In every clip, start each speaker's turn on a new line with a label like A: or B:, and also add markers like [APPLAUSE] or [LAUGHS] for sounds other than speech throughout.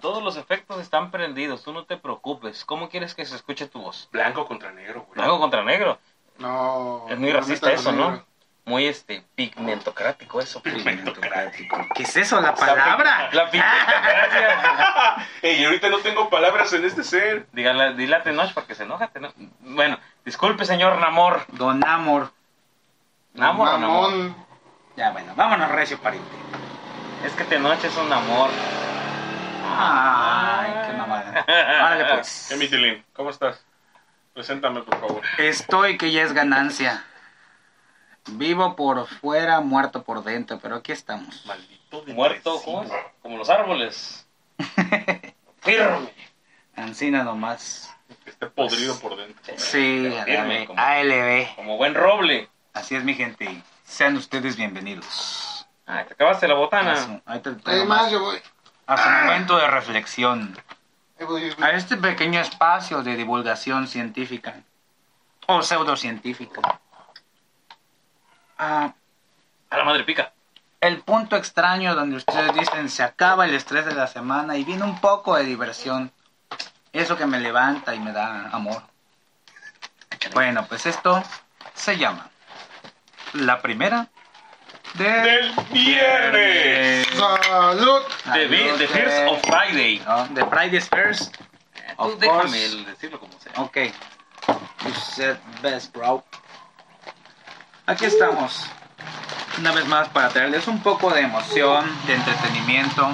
A: Todos los efectos están prendidos, tú no te preocupes. ¿Cómo quieres que se escuche tu voz?
B: Blanco contra negro, güey.
A: Blanco contra negro.
C: No.
A: Es muy racista eso, ¿no? Muy este, pigmentocrático eso.
B: Pigmentocrático.
D: ¿Qué es eso? ¿La palabra?
A: La [LAUGHS] pigmentocracia.
B: [LAUGHS] Ey, ahorita no tengo palabras en este ser.
A: Dígale, dile a Tenoch para que se enoja. Tenoch. Bueno, disculpe, señor Namor.
D: Don Amor.
A: ¿Namor o Namor?
C: Mamón.
D: Ya, bueno, vámonos recio, pariente.
A: Es que Tenoch es un amor.
D: Ay, qué mamada. Árale,
B: [LAUGHS]
D: pues.
B: Emitilín, ¿cómo estás? Preséntame, por favor.
D: Estoy que ya es ganancia. Vivo por fuera, muerto por dentro, pero aquí estamos.
B: Maldito de
A: Muerto, ¿cómo es? Como los árboles. Firme.
D: Ancina nomás.
B: Que esté podrido por dentro.
D: Sí,
A: Pero
D: a la
A: firme,
D: B,
A: como-
D: ALB.
A: Como buen roble.
D: Así es, mi gente. Sean ustedes bienvenidos.
A: Ah, te acabaste la
D: A
A: botana.
D: su- ahí te traigo
C: Hay más,
D: más.
C: yo voy.
D: A su momento de reflexión.
C: Ahí voy, ahí voy.
D: a este pequeño espacio de divulgación científica o pseudocientífica. Ah,
A: A la madre pica.
D: el punto extraño donde ustedes dicen se acaba el estrés de la semana y viene un poco de diversión. Eso que me levanta y me da amor. Bueno, pues esto se llama la primera de...
B: ¡Del viernes!
C: Salud.
A: The, Be- the First of Friday.
D: No, The Friday's First.
A: Eh,
D: Of
A: Tú déjame
D: course.
A: el decirlo como sea.
D: Ok. You said best, bro. Aquí estamos. Una vez más para traerles un poco de emoción, de entretenimiento,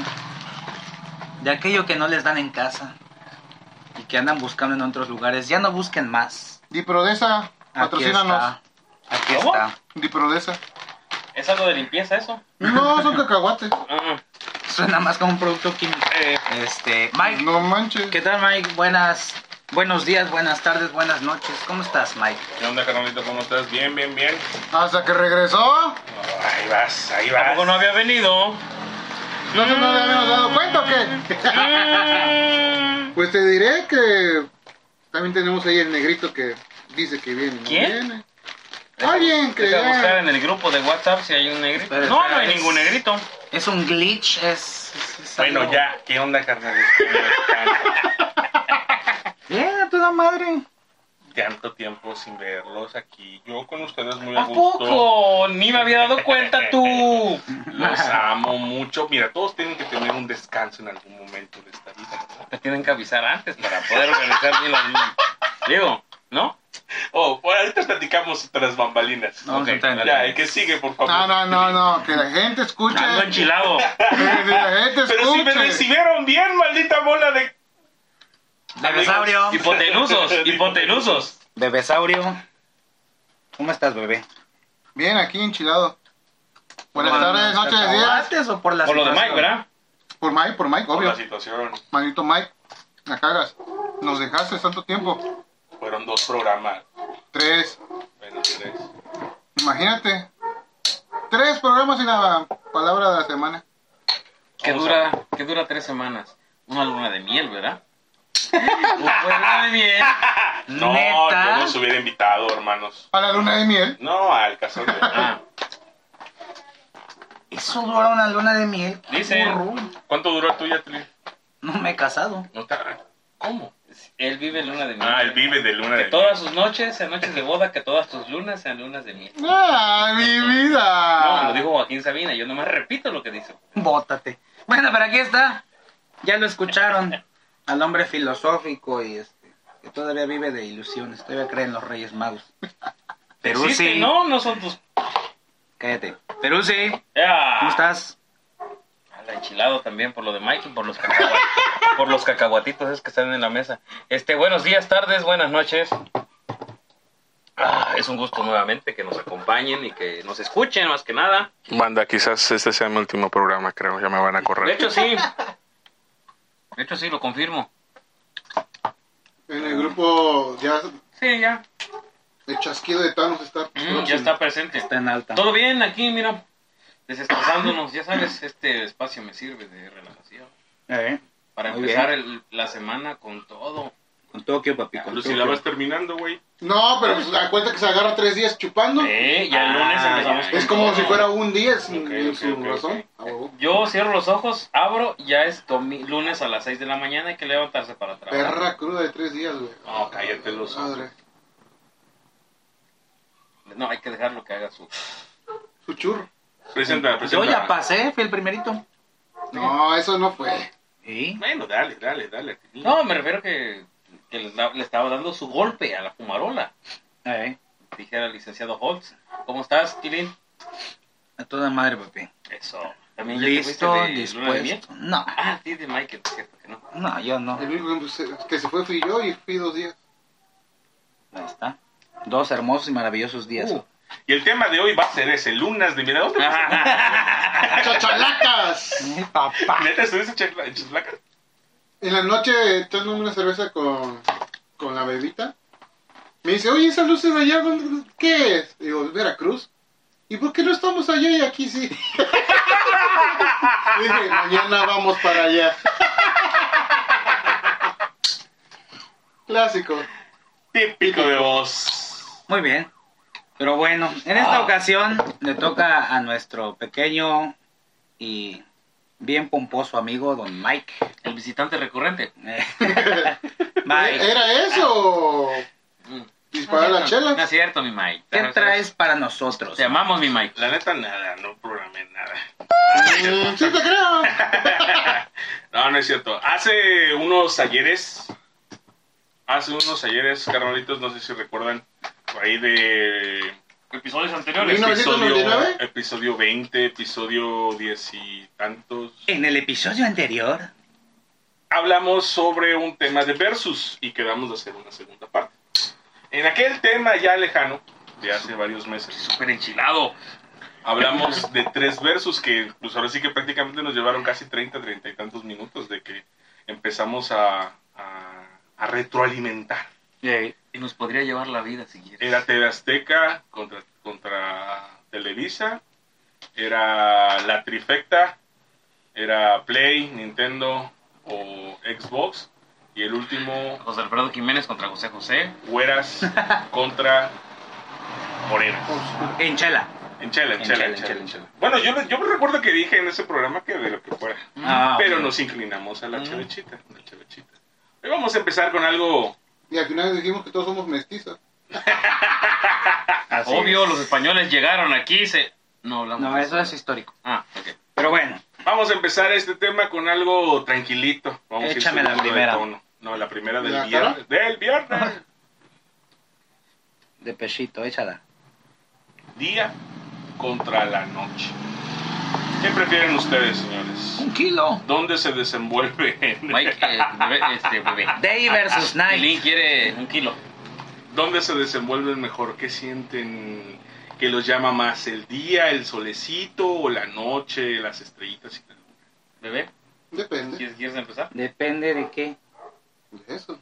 D: de aquello que no les dan en casa y que andan buscando en otros lugares. Ya no busquen más.
C: Diprodesa,
D: Aquí
C: patrocínanos.
D: está. Aquí
A: ¿Cómo?
D: está.
C: Diprodesa.
A: ¿Es algo de limpieza eso?
C: No,
A: [LAUGHS]
C: son cacahuates.
A: Ah,
D: Suena más como un producto químico.
A: eh,
D: Este, Mike.
C: No manches.
D: ¿Qué tal, Mike? Buenas, buenos días, buenas tardes, buenas noches. ¿Cómo estás, Mike?
B: ¿Qué onda, carnalito? ¿Cómo estás? Bien, bien, bien.
C: Hasta que regresó.
B: Ahí vas, ahí vas.
A: tampoco no había venido.
C: No, no, no le habíamos dado cuenta o
A: [LAUGHS]
C: qué.
A: Ah.
C: pues te diré que también tenemos ahí el negrito que dice que viene. no
A: ¿Quién?
C: viene. Alguien que.
A: Vete a buscar
C: ya-
A: en el grupo de WhatsApp si hay un negrito.
D: Espera,
A: no,
D: espera,
A: no hay
D: es-
A: ningún negrito.
D: Es un glitch, es. es- es
B: Bueno,
D: algo-
B: ya. ¿Qué onda, carnalito?
D: Bien, a toda madre.
B: Tanto tiempo sin verlos aquí. Yo con ustedes muy a
A: ¿A
B: gusto.
A: poco? Ni me había dado cuenta [LAUGHS] tú.
B: Los amo mucho. Mira, todos tienen que tener un descanso en algún momento de esta vida, ¿verdad?
A: Me tienen que avisar antes para poder organizar bien las... Digo, ¿no?
B: Oh, por ahorita platicamos tras bambalinas.
D: No,
A: Ok,
D: no te-
B: Ya, el que sigue, por favor.
C: No, no, no, no. Que la
A: [LAUGHS]
C: gente escuche.
A: Ando
C: Que
A: enchilado.
C: la gente escuche.
B: Pero si me recibieron bien, maldita bola de...
D: Bebesaurio.
A: Hipotenusos, hipotenusos.
D: Bebesaurio. ¿Cómo estás, bebé?
C: Bien, aquí enchilado. Buenas
D: ¿Por
C: tardes,
D: los
C: noches, días.
D: cacahuates o por la
A: Por lo de Mike,
D: situación?
A: ¿verdad?
C: Por Mike, por Mike,
B: Por
C: obvio.
B: la situación.
C: Manito Mike, la cagas. Nos dejaste tanto tiempo.
B: Fueron dos programas.
C: Tres.
B: Bueno, tres.
C: Imagínate. Tres programas y la palabra de la semana.
A: Que
B: Vamos
A: dura, que dura tres semanas. Una luna de miel, [LAUGHS] ¿verdad? Una luna de miel.
B: No,
D: ¿Neta?
B: yo los hubiera invitado, hermanos.
C: A la luna de miel.
B: No, al caso de...
A: Ah,
D: Eso dura una luna de miel. Qué
A: Dicen.
D: burro.
B: ¿Cuánto duró el tuyo, Tli?
D: No me he casado.
B: No te- ¿Cómo?
A: él vive luna de miel.
B: Ah, él vive de luna
A: Que
B: de
A: todas sus noches sean noches de boda, que todas tus lunas sean lunas de miel.
C: ¡Ah, mi vida!
A: No,
D: Ah.
A: lo dijo Joaquín Sabina, yo nomás repito lo que dice.
D: Bótate. Bueno, pero aquí está. Ya lo escucharon. Al hombre filosófico y este. Que todavía vive de ilusiones. Todavía cree en los Reyes [LAUGHS] Magos. Perú
A: Existe, Pues
D: sí.
A: no, no son tus...
D: Cállate. Perú sí.
A: Ah,
D: ¿Cómo estás?
A: al enchilado también por lo de Mike y por los cacahuatitos. [LAUGHS] por los cacahuatitos es que están en la mesa. Este, buenos días, tardes, buenas noches. Ah, es un gusto nuevamente que nos acompañen y que nos escuchen más que nada.
E: Banda, quizás este sea mi último programa, creo. Ya me van a
A: De
E: correr.
A: hecho, sí. De hecho, sí, lo confirmo.
C: En el grupo ya
A: Sí, ya.
C: el chasquido de Thanos está.
A: Mm, ya está presente.
D: Está en alta.
A: Todo bien aquí, mira. Desestresándonos, ya sabes, este espacio me sirve de relajación.
D: Eh,
A: Para
D: Muy
A: empezar el- la semana con todo.
D: Con Tokio, papi. Con
B: Pero Pues, si la
D: Tokio.
B: vas terminando, güey.
C: No, pero pues, da cuenta que se agarra tres días chupando.
A: Eh, ya el lunes
D: Ah,
A: empezamos.
D: ya.
A: con
C: Es como
A: todo.
C: si fuera un día sin,
B: Ok,
C: en
B: ok,
C: su
B: ok,
C: razón.
B: ok.
C: huevo.
A: Yo cierro los ojos, abro, y ya es domi- lunes a las 6 de la mañana, hay que levantarse para trabajar.
C: Perra cruda de tres días, güey.
B: No, cállate los ojos.
C: Madre.
A: No, hay que dejarlo que haga su...
C: Su churro.
D: Ah.
B: Presenta,
D: Yo
A: Pues
B: presenta.
D: ya pasé, fui el primerito.
C: No, eso no fue.
D: Sí.
B: Bueno, dale, dale, dale.
A: No, me refiero que, que le, da- le estaba dando su golpe a la fumarola,
D: Eh,
A: dijera el licenciado Holtz. ¿Cómo estás, Kirin?
D: a toda madre, papi.
A: Eso. También ya te
D: Listo,
A: fuiste de luna de miel.
D: dispuesto. No,
A: Ah, sí, de Michael, es cierto que no.
D: no, yo no.
C: El único que se, que se fue fui yo y fui dos días.
D: Ahí está. Dos hermosos y maravillosos días.
B: Uh, y el tema de hoy va a ser ese, lunas de mira, ¿dónde vas?
C: ¡Chachalacas!
D: Ay, papá.
B: ¿Neta estuviste en Chacla- en Chislaca?
C: En la noche, echándome una cerveza con, con la bebita, me dice, oye, esas luces allá, ¿dónde, ¿qué es? Digo, "Es Veracruz. ¿Y por qué no estamos allá y aquí sí? [LAUGHS] Dije, mañana vamos para allá. [LAUGHS] Clásico. [LAUGHS]
B: Típico de vos.
D: Muy bien. Pero bueno, en esta
A: Ah.
D: ocasión le toca a nuestro pequeño y bien pomposo amigo, don Mike. [LAUGHS]
A: El visitante recurrente. Eh,
D: Mike,
C: ¿Era eso?
A: Mm.
C: ¿Disparar
A: No
C: la
A: es cierto, No
C: chela?
A: es cierto, mi Mike.
D: ¿qué traes para nosotros?
A: Te amamos, mi Mike.
B: La neta, nada, no programé nada.
C: Mm, Sí te creo.
B: No, no es cierto. Hace unos ayeres, hace unos ayeres, carnalitos, no sé si recuerdan, por ahí de
A: Episodios anteriores.
B: episodio,
C: 1999?
B: episodio 20, episodio 10 y tantos,
D: En el episodio anterior,
B: hablamos sobre un tema de versus y quedamos de hacer una segunda parte. En aquel tema ya lejano, de hace varios meses,
A: Súper enchilado.
B: hablamos de tres versus que pues ahora sí que prácticamente nos llevaron casi 30, 30 y tantos minutos de que empezamos a, a, a retroalimentar.
A: Eh, Y nos podría llevar la vida si quieres.
B: Era TV Azteca contra, contra Televisa. Era la trifecta. Era Play, Nintendo o Xbox. Y el último,
A: José Alfredo Jiménez contra José José.
B: [LAUGHS] Hueras contra Morena.
C: Pues,
D: en Chela.
B: En chela, en
D: En
B: chela,
D: chela,
B: en
D: en
B: chela.
D: chela.
B: en chela. Bueno, yo, yo recuerdo que dije en ese programa que de lo que fuera.
D: Ah,
B: pero
D: ok.
B: nos inclinamos a la
A: Mm.
B: chelechita. la chelechita. Hoy vamos a empezar con algo
C: Y al final dijimos que todos somos mestizos.
D: Así
A: Obvio,
D: es.
A: los españoles llegaron aquí. Se... No hablamos.
D: No,
A: de
D: eso es histórico.
A: Ah, ok.
D: Pero bueno,
B: Vamos a empezar este tema con algo tranquilito. Vamos ir
D: Échame la
B: subiendo de
D: primera.
B: tono. No, la primera del
C: ¿La
B: viernes. Del viernes.
D: de pechito, échala.
B: Día contra la noche. ¿Qué prefieren ustedes, señores?
D: Un kilo.
B: ¿Dónde se desenvuelve?
A: Mike, eh, bebé, este bebé. Ah,
D: Day versus
A: Lin
D: night.
A: quiere un kilo.
B: [LAUGHS] ¿Dónde se desenvuelven mejor? ¿Qué sienten que los llama más? ¿El día, el solecito o la noche, las estrellitas? y tal?
A: Bebé,
C: Depende
A: ¿quieres, quieres empezar?
D: Depende de qué.
C: de eso.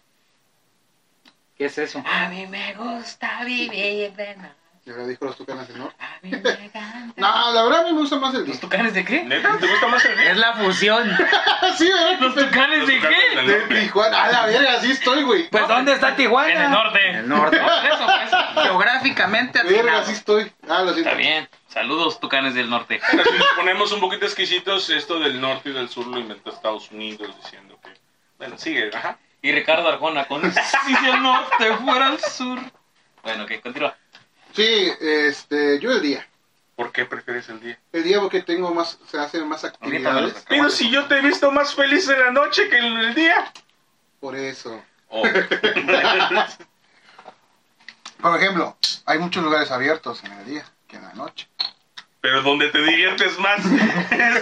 D: ¿Qué es eso?
F: A mí me gusta vivir de noche.
C: Y ahora dijo los tucanes, ¿no?
F: A
C: [LAUGHS]
F: mí me encanta.
C: No, la verdad a mí me gusta más el
A: ¿Los
C: disco.
A: tucanes de qué?
B: ¿Neta? ¿Te gusta más el día?
D: Es la fusión.
C: [LAUGHS] sí, ¿verdad?
A: ¿Los tucanes de qué?
C: De Tijuana, a la verga, así estoy, güey.
D: Pues ¿dónde está Tijuana?
A: En el norte.
D: En el norte.
A: Por eso, por eso.
D: Geográficamente
C: Verga,
D: atinado.
C: así estoy. Ah, lo siento.
A: Está bien. Saludos, tucanes del norte.
B: Pero si nos ponemos un poquito exquisitos, esto del norte y del sur lo inventó Estados Unidos diciendo que. Bueno, sigue, ajá.
A: Y Ricardo Arjona con si el norte fuera al sur. Bueno, que continúa.
C: Sí, este, yo el día.
B: ¿Por qué prefieres el día?
C: El día porque tengo más, se hacen más
A: Aviéntamelo.
C: actividades.
B: Pero si yo te he visto más feliz en la noche que en el día.
C: Por eso.
B: Oh.
C: Por ejemplo, hay muchos lugares abiertos en el día que en la noche.
B: Pero donde te diviertes más [LAUGHS]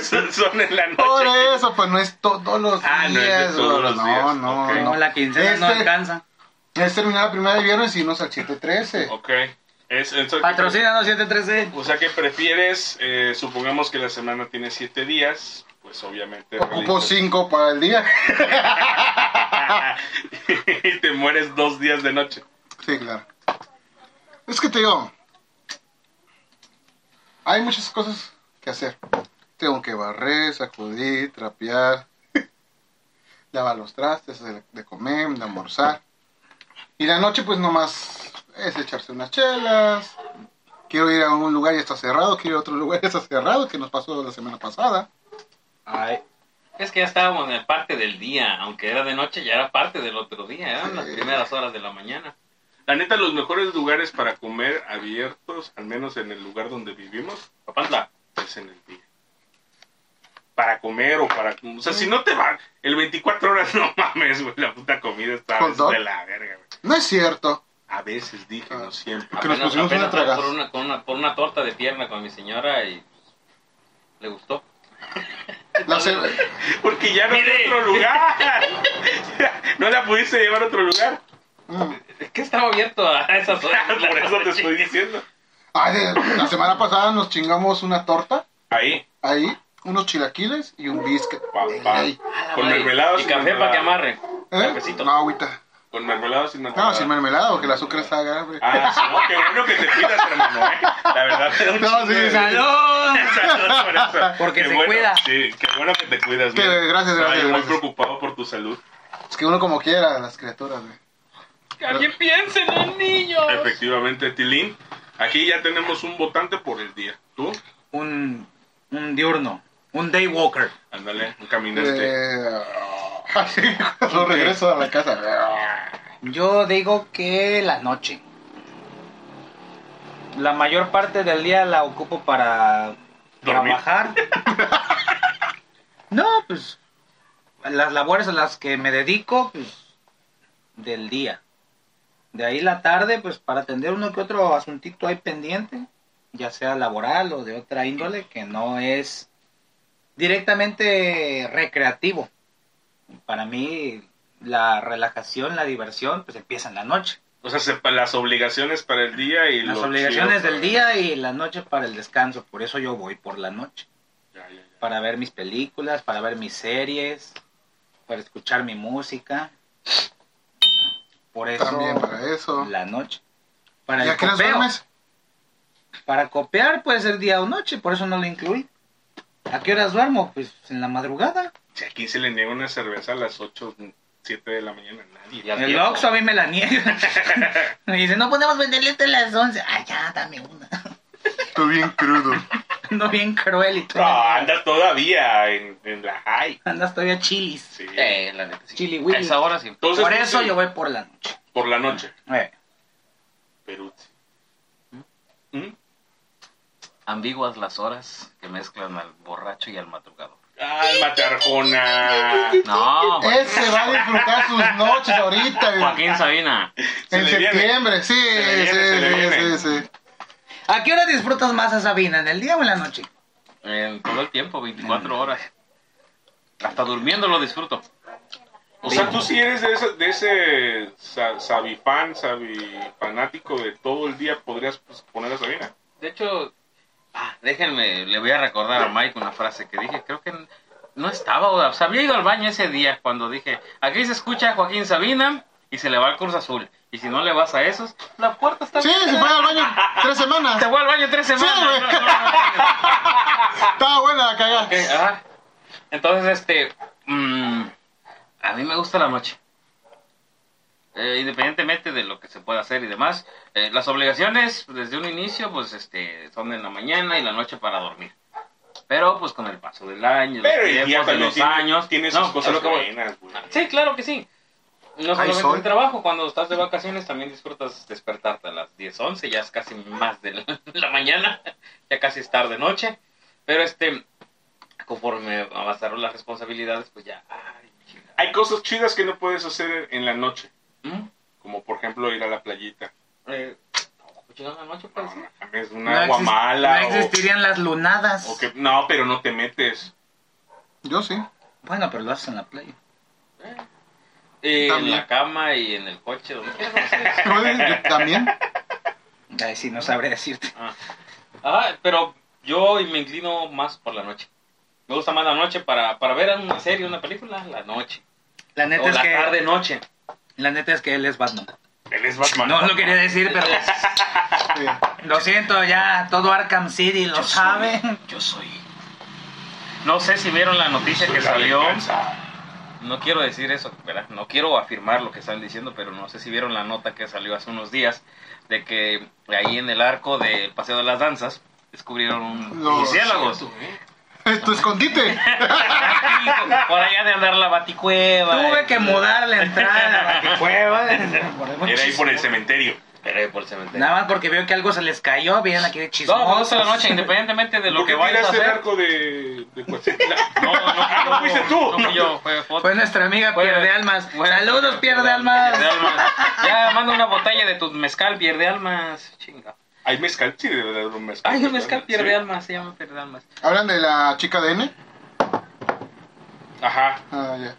B: son- son en la
C: Por
B: noche.
C: eso, pues no es todos los
B: Ah, no es de
C: días.
B: todos
C: güey.
B: los
C: no,
B: días,
C: no,
B: ok.
D: No,
C: no.
D: la quincena no
C: Este-
D: alcanza.
C: Es terminar la primera de viernes y irnos al 713.
B: Ok. Es, entonces-
D: Patrocina 273
B: O sea que prefieres, eh, supongamos que la semana tiene siete días, pues obviamente.
C: Ocupo
B: realizas-
C: cinco para el día.
B: [LAUGHS] y te mueres dos días de noche.
C: Sí, claro. Es que te digo, hay muchas cosas que hacer. Tengo que barrer, sacudir, trapear, [LAUGHS] lavar los trastes, de, de comer, de almorzar. Y la noche, pues nomás es echarse unas chelas, Quiero ir a un lugar y está cerrado, quiero ir a otro lugar y está cerrado, que nos pasó la semana pasada.
D: Ay,
A: Es que ya estábamos en parte del día, aunque era de noche, ya era parte del otro día, eran
C: Sí.
A: las primeras horas de la mañana.
B: La neta, los mejores lugares para comer abiertos, al menos en el lugar donde vivimos,
A: Papantla,
B: es en el día. Para comer o para... O sea, si no te va... El 24 horas, [LAUGHS] no mames, güey. La puta comida está
C: Hot dog.
B: de la verga, güey.
C: No es cierto.
B: A veces dije,
C: Ah.
B: no siempre. [LAUGHS]
C: Que nos
A: apenas-
C: pusimos una
A: apenas fue
C: tragas.
A: por una, con una, por una torta de pierna con mi señora y le gustó.
C: La se-
B: Porque ya no hay otro lugar. [LAUGHS] no la pudiste llevar a otro lugar.
C: Mm.
A: Es que estaba abierto a esas horas. de la
B: [LAUGHS] Por eso te
A: noche.
B: estoy diciendo.
C: Ah, de- la semana pasada nos chingamos una torta,
B: Ahí.
C: ahí, unos chilaquiles y un biscuit.
B: Pa, pa.
C: Ey,
A: A la
B: Con
A: madre.
B: mermelada o
A: Y
B: sin
A: café para
B: mermelada?
A: que amarre.
C: ¿eh?
A: Cafecito.
C: No, agüita.
B: Con mermelada o sin mermelada.
C: No, sin mermelada, porque el azúcar está grave.
B: Ah, sí, no, qué bueno que te cuidas, hermano. ¿eh? La verdad, te da un
C: No,
B: chingo
C: sí,
B: de-
C: sí.
D: ¡Salud!
B: Salud por eso.
D: Porque
B: Qué
D: se
B: bueno,
D: cuida.
B: Sí, qué bueno que te cuidas,
C: Que-
B: güey.
C: gracias,
B: Estaba
C: gracias,
B: yo muy
C: gracias.
B: preocupado por tu salud.
C: Es que uno como quiera, las criaturas, güey.
A: Que alguien piense en los niños.
B: Efectivamente, Tilín. Aquí ya tenemos un votante por el día. Tú,
D: Un, un diurno, un day walker.
B: ándale, un caminante.
C: Eh, [LAUGHS] así, cuando regreso a la casa.
D: Yo digo que la noche. La mayor parte del día la ocupo para
B: Dormir.
D: trabajar. no, pues las labores a las que me dedico, pues del día. De ahí la tarde, pues para atender uno que otro asuntito hay pendiente, ya sea laboral o de otra índole que no es directamente recreativo. Para mí la relajación, la diversión, pues empieza en la noche.
B: O sea, sepa- las obligaciones para el día y
D: Las
B: lo
D: obligaciones
B: chido
D: del día y la noche para el descanso. Por eso yo voy por la noche.
B: para- Ya, ya, ya.
D: Para ver mis películas, para ver mis series, para escuchar mi música. Por eso
C: También para eso.
D: la noche. Para
C: ¿Ya
D: el
C: que las
D: copeo.
C: duermes?
D: Para copiar puede ser día o noche, por eso no lo incluí. ¿A qué horas duermo? Pues en la madrugada.
B: Si aquí se le niega una cerveza a las 8, 7 de la mañana, nadie.
A: Y al
D: El
A: tiempo.
D: Oxxo a mí me la niega. [LAUGHS] me dice, no podemos venderle hasta las 11. Ah, ya, dame una.
C: Estoy bien crudo.
B: [LAUGHS]
D: Ando bien cruel y todo.
B: No, anda todavía en, en la high.
D: Andas todavía chilis.
B: Sí.
A: Eh, la neta, sí.
D: Chili
A: A
D: Willy.
A: esa hora sí.
B: Entonces,
D: Por
B: ¿qué
D: eso
B: se-
D: yo voy por la noche.
B: Por la noche.
D: Eh,
B: Perú. ¿Mm?
A: Ambiguas las horas que mezclan al borracho y al madrugador.
B: ¡Cálmate, Arjona!
A: No, Joaquín-
C: Ese va a disfrutar sus noches ahorita, güey. [LAUGHS]
A: Joaquín Sabina.
B: Se
C: En
B: le viene.
C: septiembre, sí,
B: le viene, se le viene.
C: sí, sí, sí, sí.
D: ¿A qué hora disfrutas más a Sabina? ¿En el día o en la noche?
A: En todo el tiempo, 24 horas. Hasta durmiendo lo disfruto.
B: O sea, tú sí eres de ese, de ese sa- sabifan, sabifanático de todo el día, podrías pues, poner a Sabina.
A: De hecho, ah, déjenme, le voy a recordar a Mike una frase que dije, creo que no estaba, o sea, había ido al baño ese día cuando dije, aquí se escucha a Joaquín Sabina y se le va al Cruz Azul. Y si no le vas a esos, la puerta está
C: Sí,
A: abierta.
C: se fue al baño tres
B: [LAUGHS]
C: semanas.
A: Se fue al baño tres semanas.
C: Sí, güey.
A: No, no, no, no.
C: Estaba buena la cagada.
A: Ok, ajá. Entonces, este. mm, a mí me gusta la noche. Eh, independientemente de lo que se pueda hacer y demás, eh, las obligaciones desde un inicio, pues este, son en la mañana y la noche para dormir. Pero, pues con el paso del año, los
B: Pero el día
A: tiempos, de
B: también
A: los
B: tiene,
A: años.
B: tiene
A: No,
B: sus
A: a
B: cosas
A: lo que voy.
B: buenas, güey.
A: Sí, claro que sí. No
C: Hay
A: solamente
C: sol.
A: el trabajo, cuando estás de vacaciones también disfrutas despertarte a las 10, 11, ya es casi más de la- [LAUGHS] la mañana, ya casi es tarde noche, pero este, conforme avanzaron las responsabilidades, pues ya... ay, chinga.
B: Hay cosas chidas que no puedes hacer en la noche,
A: ¿Mm?
B: como por ejemplo ir a la playita.
A: Eh, no, chinga, la noche, pues,
B: No,
A: sí.
B: no mames, una
D: no
B: agua
D: exis-
B: mala.
D: no
B: o-
D: existirían las lunadas.
B: o que- no, pero no te metes.
C: Yo sí.
D: Bueno, pero lo haces en la playa.
A: Eh, en
C: También.
A: la cama y en el coche, donde quieras, no
B: [LAUGHS]
A: sé.
C: Yo también.
D: Ay, sí, no sabré decirte.
A: Ajá, Ah. pero yo me inclino más por la noche. Me gusta más la noche para, para ver una serie, una película, la noche.
D: La
A: O
D: neta es
A: la
D: que
A: tarde, noche.
D: la neta es que él es Batman.
B: Él es Batman.
D: No lo quería decir,
B: [LAUGHS]
D: pero
C: Sí.
D: lo siento ya, todo Arkham City
B: [LAUGHS]
D: lo sabe.
A: yo soy. No sé si vieron la noticia que
B: La
A: salió
B: venganza.
A: no quiero decir eso, ¿verdad? No quiero afirmar lo que están diciendo, pero no sé si vieron la nota que salió hace unos días de que ahí en el arco del Paseo de las Danzas descubrieron un
C: No,
A: murciélagos.
C: Es tu escondite.
A: Por allá de andar la baticueva.
D: Tuve
A: eh,
D: que mudar
B: [LAUGHS]
D: la entrada a la cueva.
B: Era ahí por el cementerio.
A: Pero ahí por el cementerio.
D: Nada más porque veo que algo se les cayó, vienen aquí de
B: pues,
A: No, por
D: chismosos.
A: eso la noche, independientemente de lo
B: ¿Por
A: que
B: qué
A: vayas a
B: tiraste el
A: hacer.
B: arco de, de
A: [LAUGHS]
B: Cuauhtémoc?
A: No, no,
B: Ah, no fuiste tú.
A: No fui yo, fue foto.
D: Fue nuestra amiga
A: Fue-
D: Pierde Almas.
A: fue-
D: Saludos, Pierde Almas.
A: Pierde Almas. Ya, manda una botella de tu mezcal, pierde almas. Chinga.
B: Hay mezcal, sí, de verdad, un mezcal.
A: Ay, un mezcal, pierde
B: Sí.
A: almas, se llama pierde almas.
C: ¿Hablan de la chica de N?
B: Ajá,
C: Ah, ya.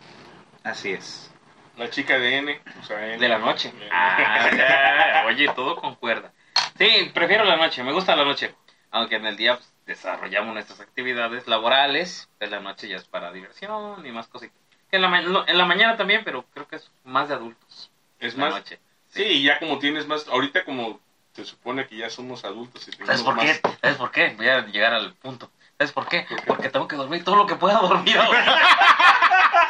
C: [LAUGHS]
D: Así es.
B: la chica de N. O sea, N.
A: De la noche.
B: N.
A: Ah, ya, oye, todo concuerda. Sí, prefiero la noche, me gusta la noche. Aunque en el día pues, desarrollamos nuestras actividades laborales, pues la noche ya es para diversión y más cositas. Que En la, ma- no, en la mañana también, pero creo que es más de adultos.
B: Es
A: la
B: más,
A: noche.
B: sí, y ya como tienes más, ahorita como se supone que ya somos adultos y tenemos
A: ¿Sabes Pues, por qué?
B: más...
A: ¿Sabes por qué? Voy a llegar al punto. ¿Sabes por qué? Porque tengo que dormir todo lo que pueda dormir ahora. [LAUGHS]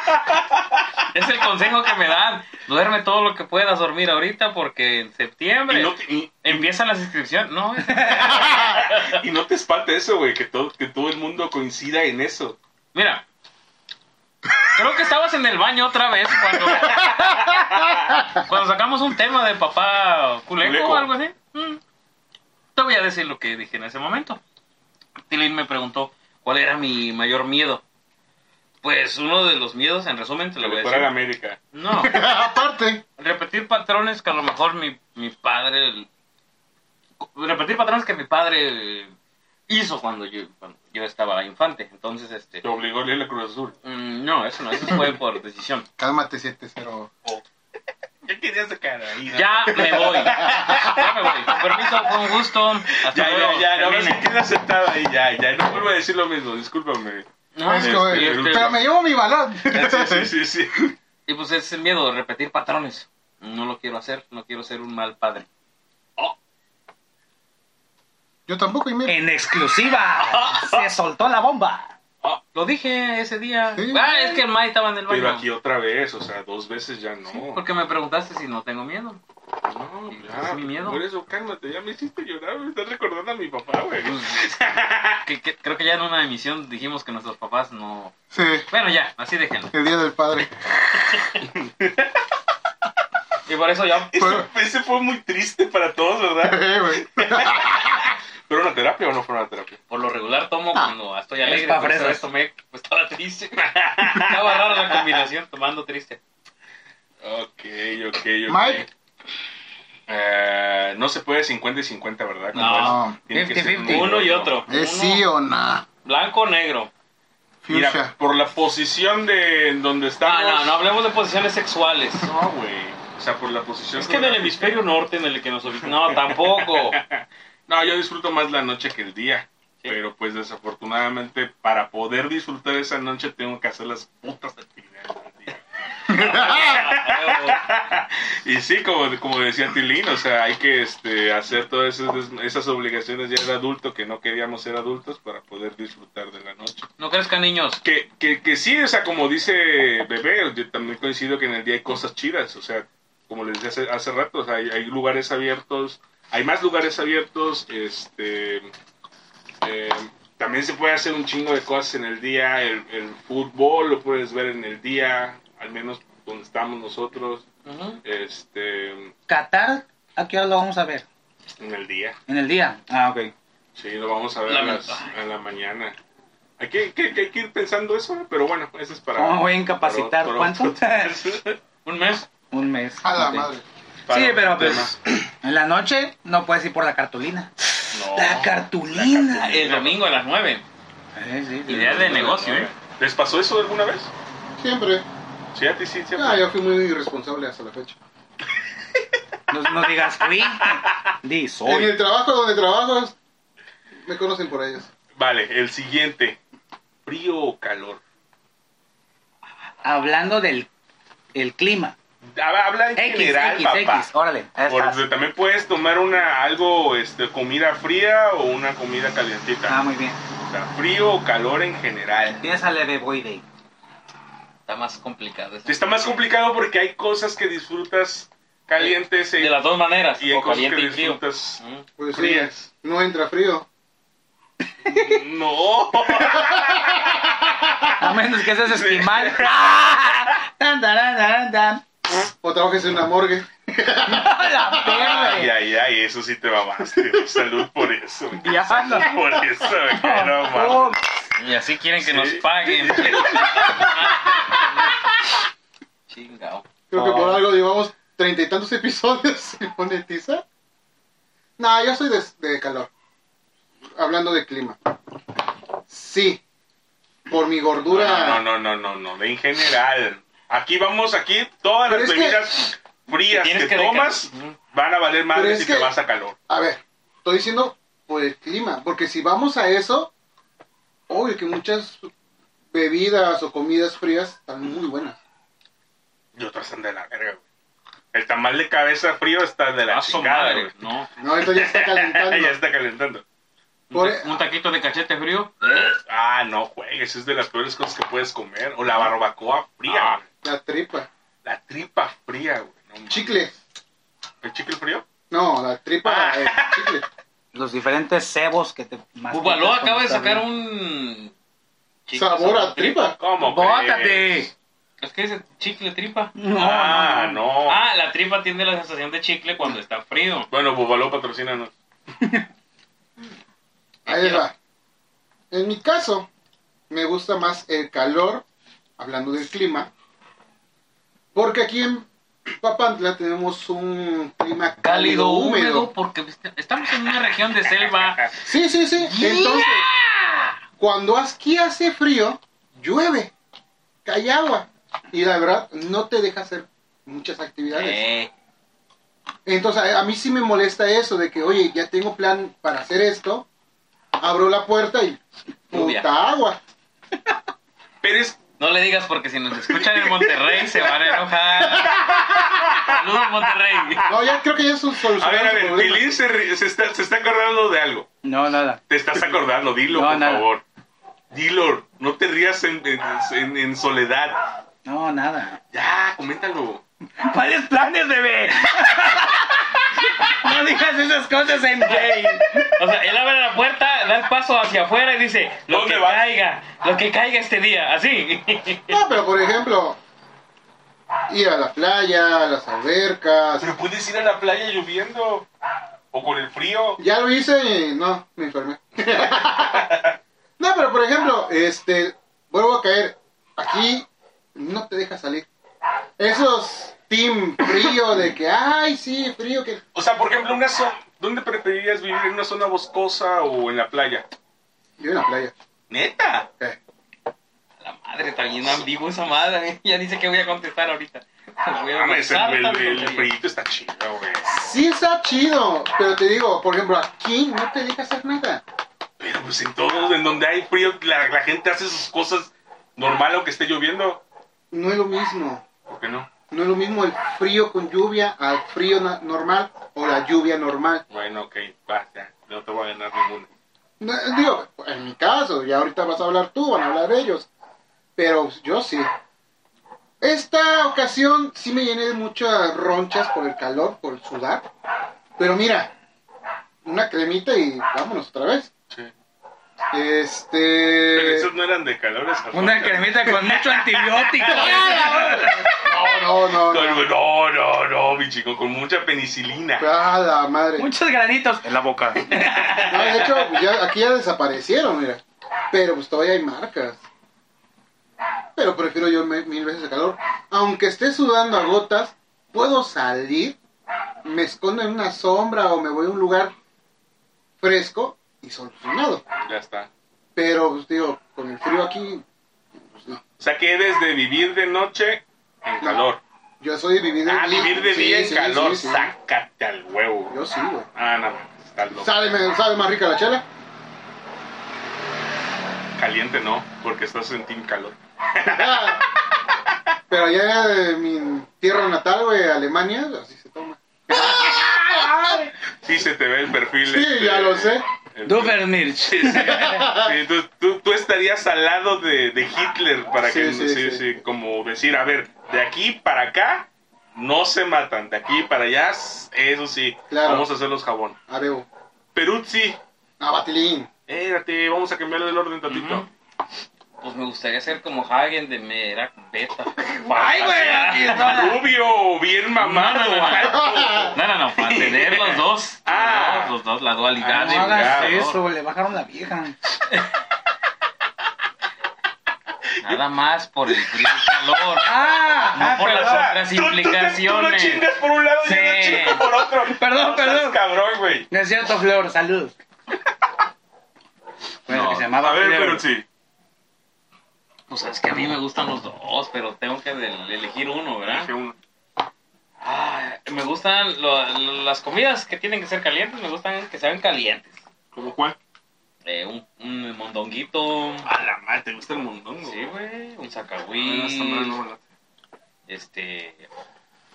A: es el consejo que me dan. Duerme todo lo que puedas dormir ahorita porque en septiembre
B: Y no, te, y-
A: empiezan las inscripciones. No, es-
B: y no te espante eso, güey, que todo, que todo el mundo coincida en eso.
A: mira. Creo que estabas en el baño otra vez cuando, cuando sacamos un tema de papá culeco,
B: Culeco.
A: o algo así. Mm. Te voy a decir lo que dije en ese momento. Tilín me preguntó cuál era mi mayor miedo. Pues uno de los miedos, en resumen, te
B: Que
A: lo voy a
B: le
A: decir.
B: fuera a América.
A: No,
C: Aparte,
A: repetir patrones que a lo mejor mi, mi padre... Repetir patrones que mi padre hizo cuando yo, cuando yo estaba infante. Entonces, este...
B: Te obligó a leer la Cruz Azul.
A: Mm, No, eso no, eso fue por decisión.
C: cálmate 7-0.
B: Ya quería sacar ahí. ¿no?
A: Ya me voy. Ya me voy. Con permiso, fue un gusto. Hasta
B: Ya,
A: luego.
B: ya, ya, no,
A: Termine.
B: se queda sentado ahí, ya, ya, no vuelvo a decir lo
A: [LAUGHS]
B: mismo, discúlpame.
A: No,
C: Es como,
A: y este-
C: pero me llevo mi balón.
B: Sí, sí, sí, sí.
A: Y pues es el miedo, repetir patrones. No lo quiero hacer, no quiero ser un mal padre.
C: Yo tampoco, y mira.
D: En [LAUGHS] exclusiva. se soltó la bomba.
A: Lo dije ese día.
C: Sí.
A: Ah, es que el Mai estaba en el baño.
B: Pero aquí otra vez, o sea, dos veces ya no. Pues
A: Sí, porque me preguntaste si no tengo miedo.
B: No,
A: Ese
B: ya,
A: es mi miedo.
B: Por eso, cálmate, ya me hiciste llorar, me estás recordando a mi papá, güey.
A: Pues, Que- que- creo que ya en una emisión dijimos que nuestros papás no...
C: Sí,
A: Bueno, ya, así déjenlo.
C: el día del padre. [LAUGHS]
A: Y por eso ya...
B: Eso-
A: pues,
B: ese fue muy triste para todos,
A: [LAUGHS]
B: ¿verdad?
C: Eh, güey.
B: ¿Pero una terapia o no fue una terapia?
A: Por lo regular tomo cuando estoy alegre.
D: Es pa'
A: pero esta
D: fresas.
A: vez tomé, pues estaba triste. [LAUGHS] estaba rara la combinación tomando triste.
B: Ok, ok, ok.
C: Mike.
B: Eh, no se puede 50 y 50, ¿verdad? Como
A: No,
B: es, tiene que ser
D: 50-50.
A: Uno y otro.
C: ¿Es
A: Uno
C: sí o no?
A: Blanco o negro.
B: Mira,
C: Fuchsia.
B: por la posición de en donde
A: Ah,
B: estamos.
A: no, no hablemos de posiciones sexuales.
B: No, güey. O sea, por la posición.
A: Es que en el hemisferio norte en el que nos ubicamos. No,
B: [LAUGHS]
A: tampoco. [LAUGHS]
B: No, yo disfruto más la noche que el día.
A: Sí.
B: Pero pues desafortunadamente para poder disfrutar esa noche tengo que hacer las putas actividades. del día. Y sí, como, como decía Tilín, o sea, hay que este, hacer todas esas, des- esas obligaciones ya de adulto que no queríamos ser adultos para poder disfrutar de la noche.
A: No crezcan niños.
B: Que, que, que sí, o sea, como dice Bebé, yo también coincido que en el día hay cosas chidas, o sea, como les decía hace, hace rato, o sea, hay, hay lugares abiertos, hay más lugares abiertos, este, eh, también se puede hacer un chingo de cosas en el día, el, el fútbol lo puedes ver en el día, al menos donde estamos nosotros,
A: Ujú.
B: este, en
D: Qatar, ¿a qué hora lo vamos a ver?
B: el día,
D: En el día. Ah, ok.
B: sí, lo vamos a ver a, las- a la mañana. Hay que, que- que hay que ir pensando eso, ¿no? pero bueno, eso es para...
D: ¿Cómo voy a incapacitar?
B: para- para
D: ¿Cuánto? [LAUGHS]
A: Un mes.
D: Un mes.
C: A la
D: Ok.
C: madre.
B: para
D: Sí,
B: otro
D: pero
B: tema.
D: pues en la noche no puedes ir por la cartulina.
B: No.
D: [LAUGHS] La Oh. cartulina.
A: El domingo a las 9.
D: Eh, sí, sí.
A: Idea de negocio, ¿eh?
B: ¿Les pasó eso alguna vez?
C: Siempre.
B: Sí, a ti sí, siempre.
C: Ah, yo fui muy irresponsable hasta la fecha.
D: No, no digas fui. Di
C: En
D: soy.
C: el trabajo donde trabajo, me conocen por ellos.
B: Vale, el siguiente. ¿Frío o calor?
D: Hablando del el clima.
B: Habla habla en
D: X,
B: general,
D: X,
B: papá.
D: X. Órale. ahí
B: Por-
D: estás.
B: también puedes tomar una algo, este, comida fría o una comida calientita.
D: Ah, muy bien.
B: O sea, frío o calor en general.
D: Empieza leve, boy day.
A: Está más complicado. eso.
B: Está más complicado porque hay cosas que disfrutas calientes e-
A: De las dos maneras,
B: y hay
A: o
B: cosas
A: caliente
B: que
A: y frío.
D: [LAUGHS]
B: disfrutas.
A: Mm.
C: Pues sí,
B: Frías.
C: no entra frío.
B: No.
D: A menos que seas [LAUGHS] esquimal. ¡Ah! Tan, taran, taran, tan.
C: O trabajes en una morgue.
D: La [LAUGHS]
B: Ay,
D: perra.
B: ay, ay, eso sí te mamaste. güey. Salud por eso. güey.
D: Diablo.
B: [LAUGHS] Por eso, güey, no mames.
D: Oh,
A: Y así quieren que
B: Sí.
A: nos
B: [LAUGHS]
A: paguen. [LAUGHS] Chingao.
C: Creo que
B: Ah.
C: por algo llevamos treinta y tantos episodios [LAUGHS] sin monetizar. No, yo soy de, de calor. Hablando de clima. Sí. Por mi gordura.
B: No, no, no, no, no, no, en general. Aquí vamos, aquí todas
C: Pero
B: las
C: es que-
B: bebidas frías
A: Tienes
B: que,
A: que
B: tomas
A: deca- Ujú.
B: van a valer
C: Pero
B: madre
C: es
B: si
C: que-
B: te vas a calor.
C: A ver, estoy diciendo por el clima. Porque si vamos a eso, obvio que muchas bebidas o comidas frías están muy buenas.
B: Y otras están de la verga, güey. El tamal de cabeza frío está de la
A: Ah, su
B: chingada,
A: madre,
B: güey.
A: No.
C: No, esto ya
B: [LAUGHS]
C: está calentando.
B: ya está calentando.
C: Por-
A: Un taquito de cachete frío.
B: Ah, no, güey, esa es de las peores cosas que puedes comer. O la barbacoa fría,
A: Ah.
B: güey.
C: La tripa.
B: La tripa fría, güey. No mames.
C: Chicle.
B: ¿El chicle frío?
C: No, la tripa.
B: Ah.
C: eh,
B: [LAUGHS]
C: chicle.
D: Los diferentes cebos que te
A: Bubaló pues, acaba de sacar un. chicle
C: Sabor a tripa.
B: ¿Cómo?
D: ¡Bótate!
B: crees?
A: Es que dice chicle tripa.
D: No,
B: ah,
D: no, no.
B: no.
A: Ah, la tripa tiene la sensación de chicle cuando está frío.
B: Bueno, Bubaló patrocínanos.
C: Ahí les va. En mi caso, me gusta más el calor, hablando del clima, porque aquí en Papantla tenemos un clima
A: Cálido, húmedo, porque estamos en una región de [LAUGHS] selva.
C: Sí, sí, sí. Entonces, cuando aquí hace frío, llueve, cae agua. Y la verdad, no te deja hacer muchas actividades.
A: Eh,
C: Entonces, a, a mí sí me molesta eso de que, oye, ya tengo plan para hacer esto. Abro la puerta y
A: Lluvia.
C: puta agua.
B: Pero es
A: no le digas porque si nos escuchan en Monterrey se van a enojar. Saludos, Monterrey.
C: No, ya creo que ya es un
D: Pues,
B: A ver, a ver,
C: problema.
B: Pilín se, ri- se está, se está acordando de algo.
D: No, nada.
B: Te estás acordando, dilo,
D: No,
B: por
D: nada.
B: favor. Dilo, no te rías en, en- en- en soledad.
D: No, nada.
B: Ya, coméntalo.
D: ¿Cuáles planes, bebé? [LAUGHS] no digas esas cosas en gay.
A: O sea, él abre la puerta, da el paso hacia afuera y dice, lo
B: ¿Dónde
A: que
B: vas?
A: caiga, lo que caiga este día, así.
C: No, pero por ejemplo, ir a la playa, a las albercas.
B: Pero puedes ir a la playa lloviendo o con el frío.
C: Ya lo hice y no, me enfermé. [LAUGHS] no, pero por ejemplo, este, vuelvo a caer. Aquí no te deja salir. Esos team frío de que, ay, sí, frío que...
B: O sea, por ejemplo, una zona, ¿dónde preferirías vivir? ¿En una zona boscosa o en la playa?
C: Yo en la playa.
B: ¿Neta?
C: eh.
A: La madre, está bien ambiguo esa madre. [LAUGHS] Ya dice que voy a contestar ahorita.
D: Ah,
A: Voy a
B: Mames,
A: usar
B: pues, el, el,
A: tanto
B: el
A: frío.
B: frío está chido, güey.
C: Sí está chido, pero te digo, por ejemplo, aquí no te deja hacer nada.
B: Pero pues en todos, en donde hay frío, la, la gente hace sus cosas normal aunque esté lloviendo.
C: No es lo mismo.
B: ¿Por qué no?
C: No es lo mismo el frío con lluvia al frío na- normal o la lluvia normal.
B: Bueno, ok, basta. No te voy a ganar ninguna.
C: No, eh, digo, en mi caso, ya ahorita vas a hablar tú, van a hablar ellos. Pero yo sí. Esta ocasión sí me llené de muchas ronchas por el calor, por el sudar. Pero mira, una cremita y vámonos otra vez.
B: Sí. Pero
C: Este.
B: esos no eran de calor, esas
D: Una
B: rocas.
D: cremita con mucho [LAUGHS] antibiótico.
C: No, no, no. no.
B: No, no, no, mi chico, con mucha penicilina.
C: Ah, la madre.
D: Muchos granitos.
E: En la boca.
C: No, de hecho, pues, ya- aquí ya desaparecieron, mira. Pero pues todavía hay marcas. Pero prefiero yo me- mil veces el calor. Aunque esté sudando a gotas, puedo salir, me escondo en una sombra o me voy a un lugar fresco y solucionado.
B: Ya está.
C: Pero, pues, digo, con el frío aquí, pues no.
B: O sea que eres de vivir de noche en calor.
C: Yo soy de vivir de
B: Ah,
C: día.
B: vivir de
C: Sí,
B: día en
C: sí,
B: calor,
C: sí, sí.
B: sácate al huevo.
C: Yo sí, güey.
B: Ah, no, mames, estás loco.
C: ¿Sabe, me- sabe más rica la chela?
B: Caliente no, porque estás en team calor.
C: Ah. Pero allá de mi tierra natal, güey, Alemania, así se toma.
B: Sí se te ve el perfil.
C: Sí,
B: este,
C: ya lo sé.
B: El-
D: Dobermirch.
B: Sí, sí. Sí, tú, tú- tú estarías al lado de, de Hitler para que,
C: Sí, sí,
B: sí,
C: sí.
B: sí, como decir, a ver, de aquí para acá no se matan, de aquí para allá, eso sí,
C: Claro.
B: vamos a hacerlos jabón.
C: Areo.
B: Peruzzi,
C: Ah, Batilín.
B: espérate, vamos a cambiarle el orden tantito.
A: Ujú. Pues me gustaría ser como Hagen de Merak Beta.
D: [LAUGHS]
A: Ah,
D: ¡Ay, güey! aquí está.
B: Rubio, bien mamado.
A: No, no, no.
B: macho.
A: No, no, no, para tener los
D: [LAUGHS]
A: dos.
B: Ah.
A: los dos, la dualidad.
D: Ah,
A: de
D: No hagas
B: vulgar,
D: eso, le bajaron la vieja.
A: Nada más por el frío y calor.
D: ¡Ah!
A: No
D: ah,
A: por las
D: perdón.
A: otras
B: Tú- tú te- Tú, lo
A: implicaciones.
B: chingas por un lado y yo lo
A: Sí.
B: chingo por [LAUGHS] otro.
D: Perdón,
B: No seas
D: perdón.
B: cabrón, güey.
D: No es cierto,
A: [LAUGHS]
D: Flor, salud. Bueno,
A: No,
D: que se llamaba
B: A ver,
D: Flor.
B: Peruzzi.
A: Pues es que a mí me gustan los dos, pero tengo que del- elegir uno, ¿verdad?
B: Dije uno.
A: Ay, me gustan lo- lo- las comidas que tienen que ser calientes, me gustan que sean calientes.
B: ¿Cómo cuál?
A: Eh, un, un mondonguito.
B: A la madre, te gusta el mondongo.
A: Sí, güey, un
B: Hasta madre, Ah, no me
A: zacahuil,
B: late.
A: este,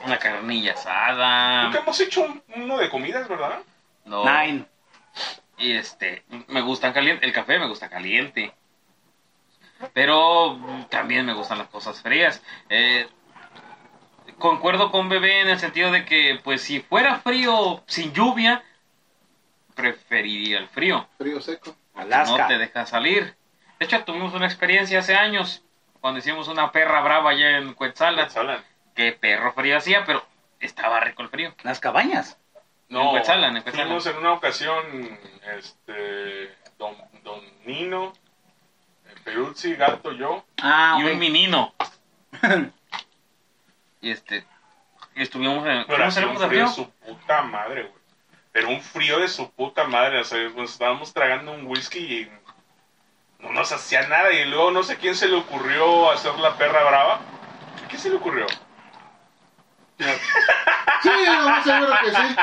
A: una carnilla asada.
B: Nunca hemos hecho un- uno de comidas, ¿verdad?
A: No,
D: Nine.
A: Y este, me gustan caliente, el café me gusta caliente. Pero mm, también me gustan las cosas frías. Eh, concuerdo con Bebé en el sentido de que, pues, si fuera frío sin lluvia, preferiría el frío.
C: Frío seco.
A: No
D: Alaska.
A: te deja salir. De hecho, tuvimos una experiencia hace años, cuando hicimos una perra brava allá en Cuetzala.
B: Quetzalan.
A: Que perro frío hacía, pero estaba rico el frío.
D: Las cabañas.
A: En Quetzalan, en Quetzalan.
B: Fuimos en una ocasión, este, don, don Nino, eh, Peruzzi, Gato, yo.
D: Ah,
A: y un [LAUGHS] menino. y este. y estuvimos en.
B: Pero
A: ¿Cómo
B: hacía un
A: salimos de frío?
B: frío de su puta madre, güey. Pero un frío de su puta madre. O sea, nos estábamos tragando un whisky y no nos hacía nada. Y luego no sé quién se le ocurrió hacer la perra brava. ¿A quién se le ocurrió?
C: Sí, lo más seguro que sí.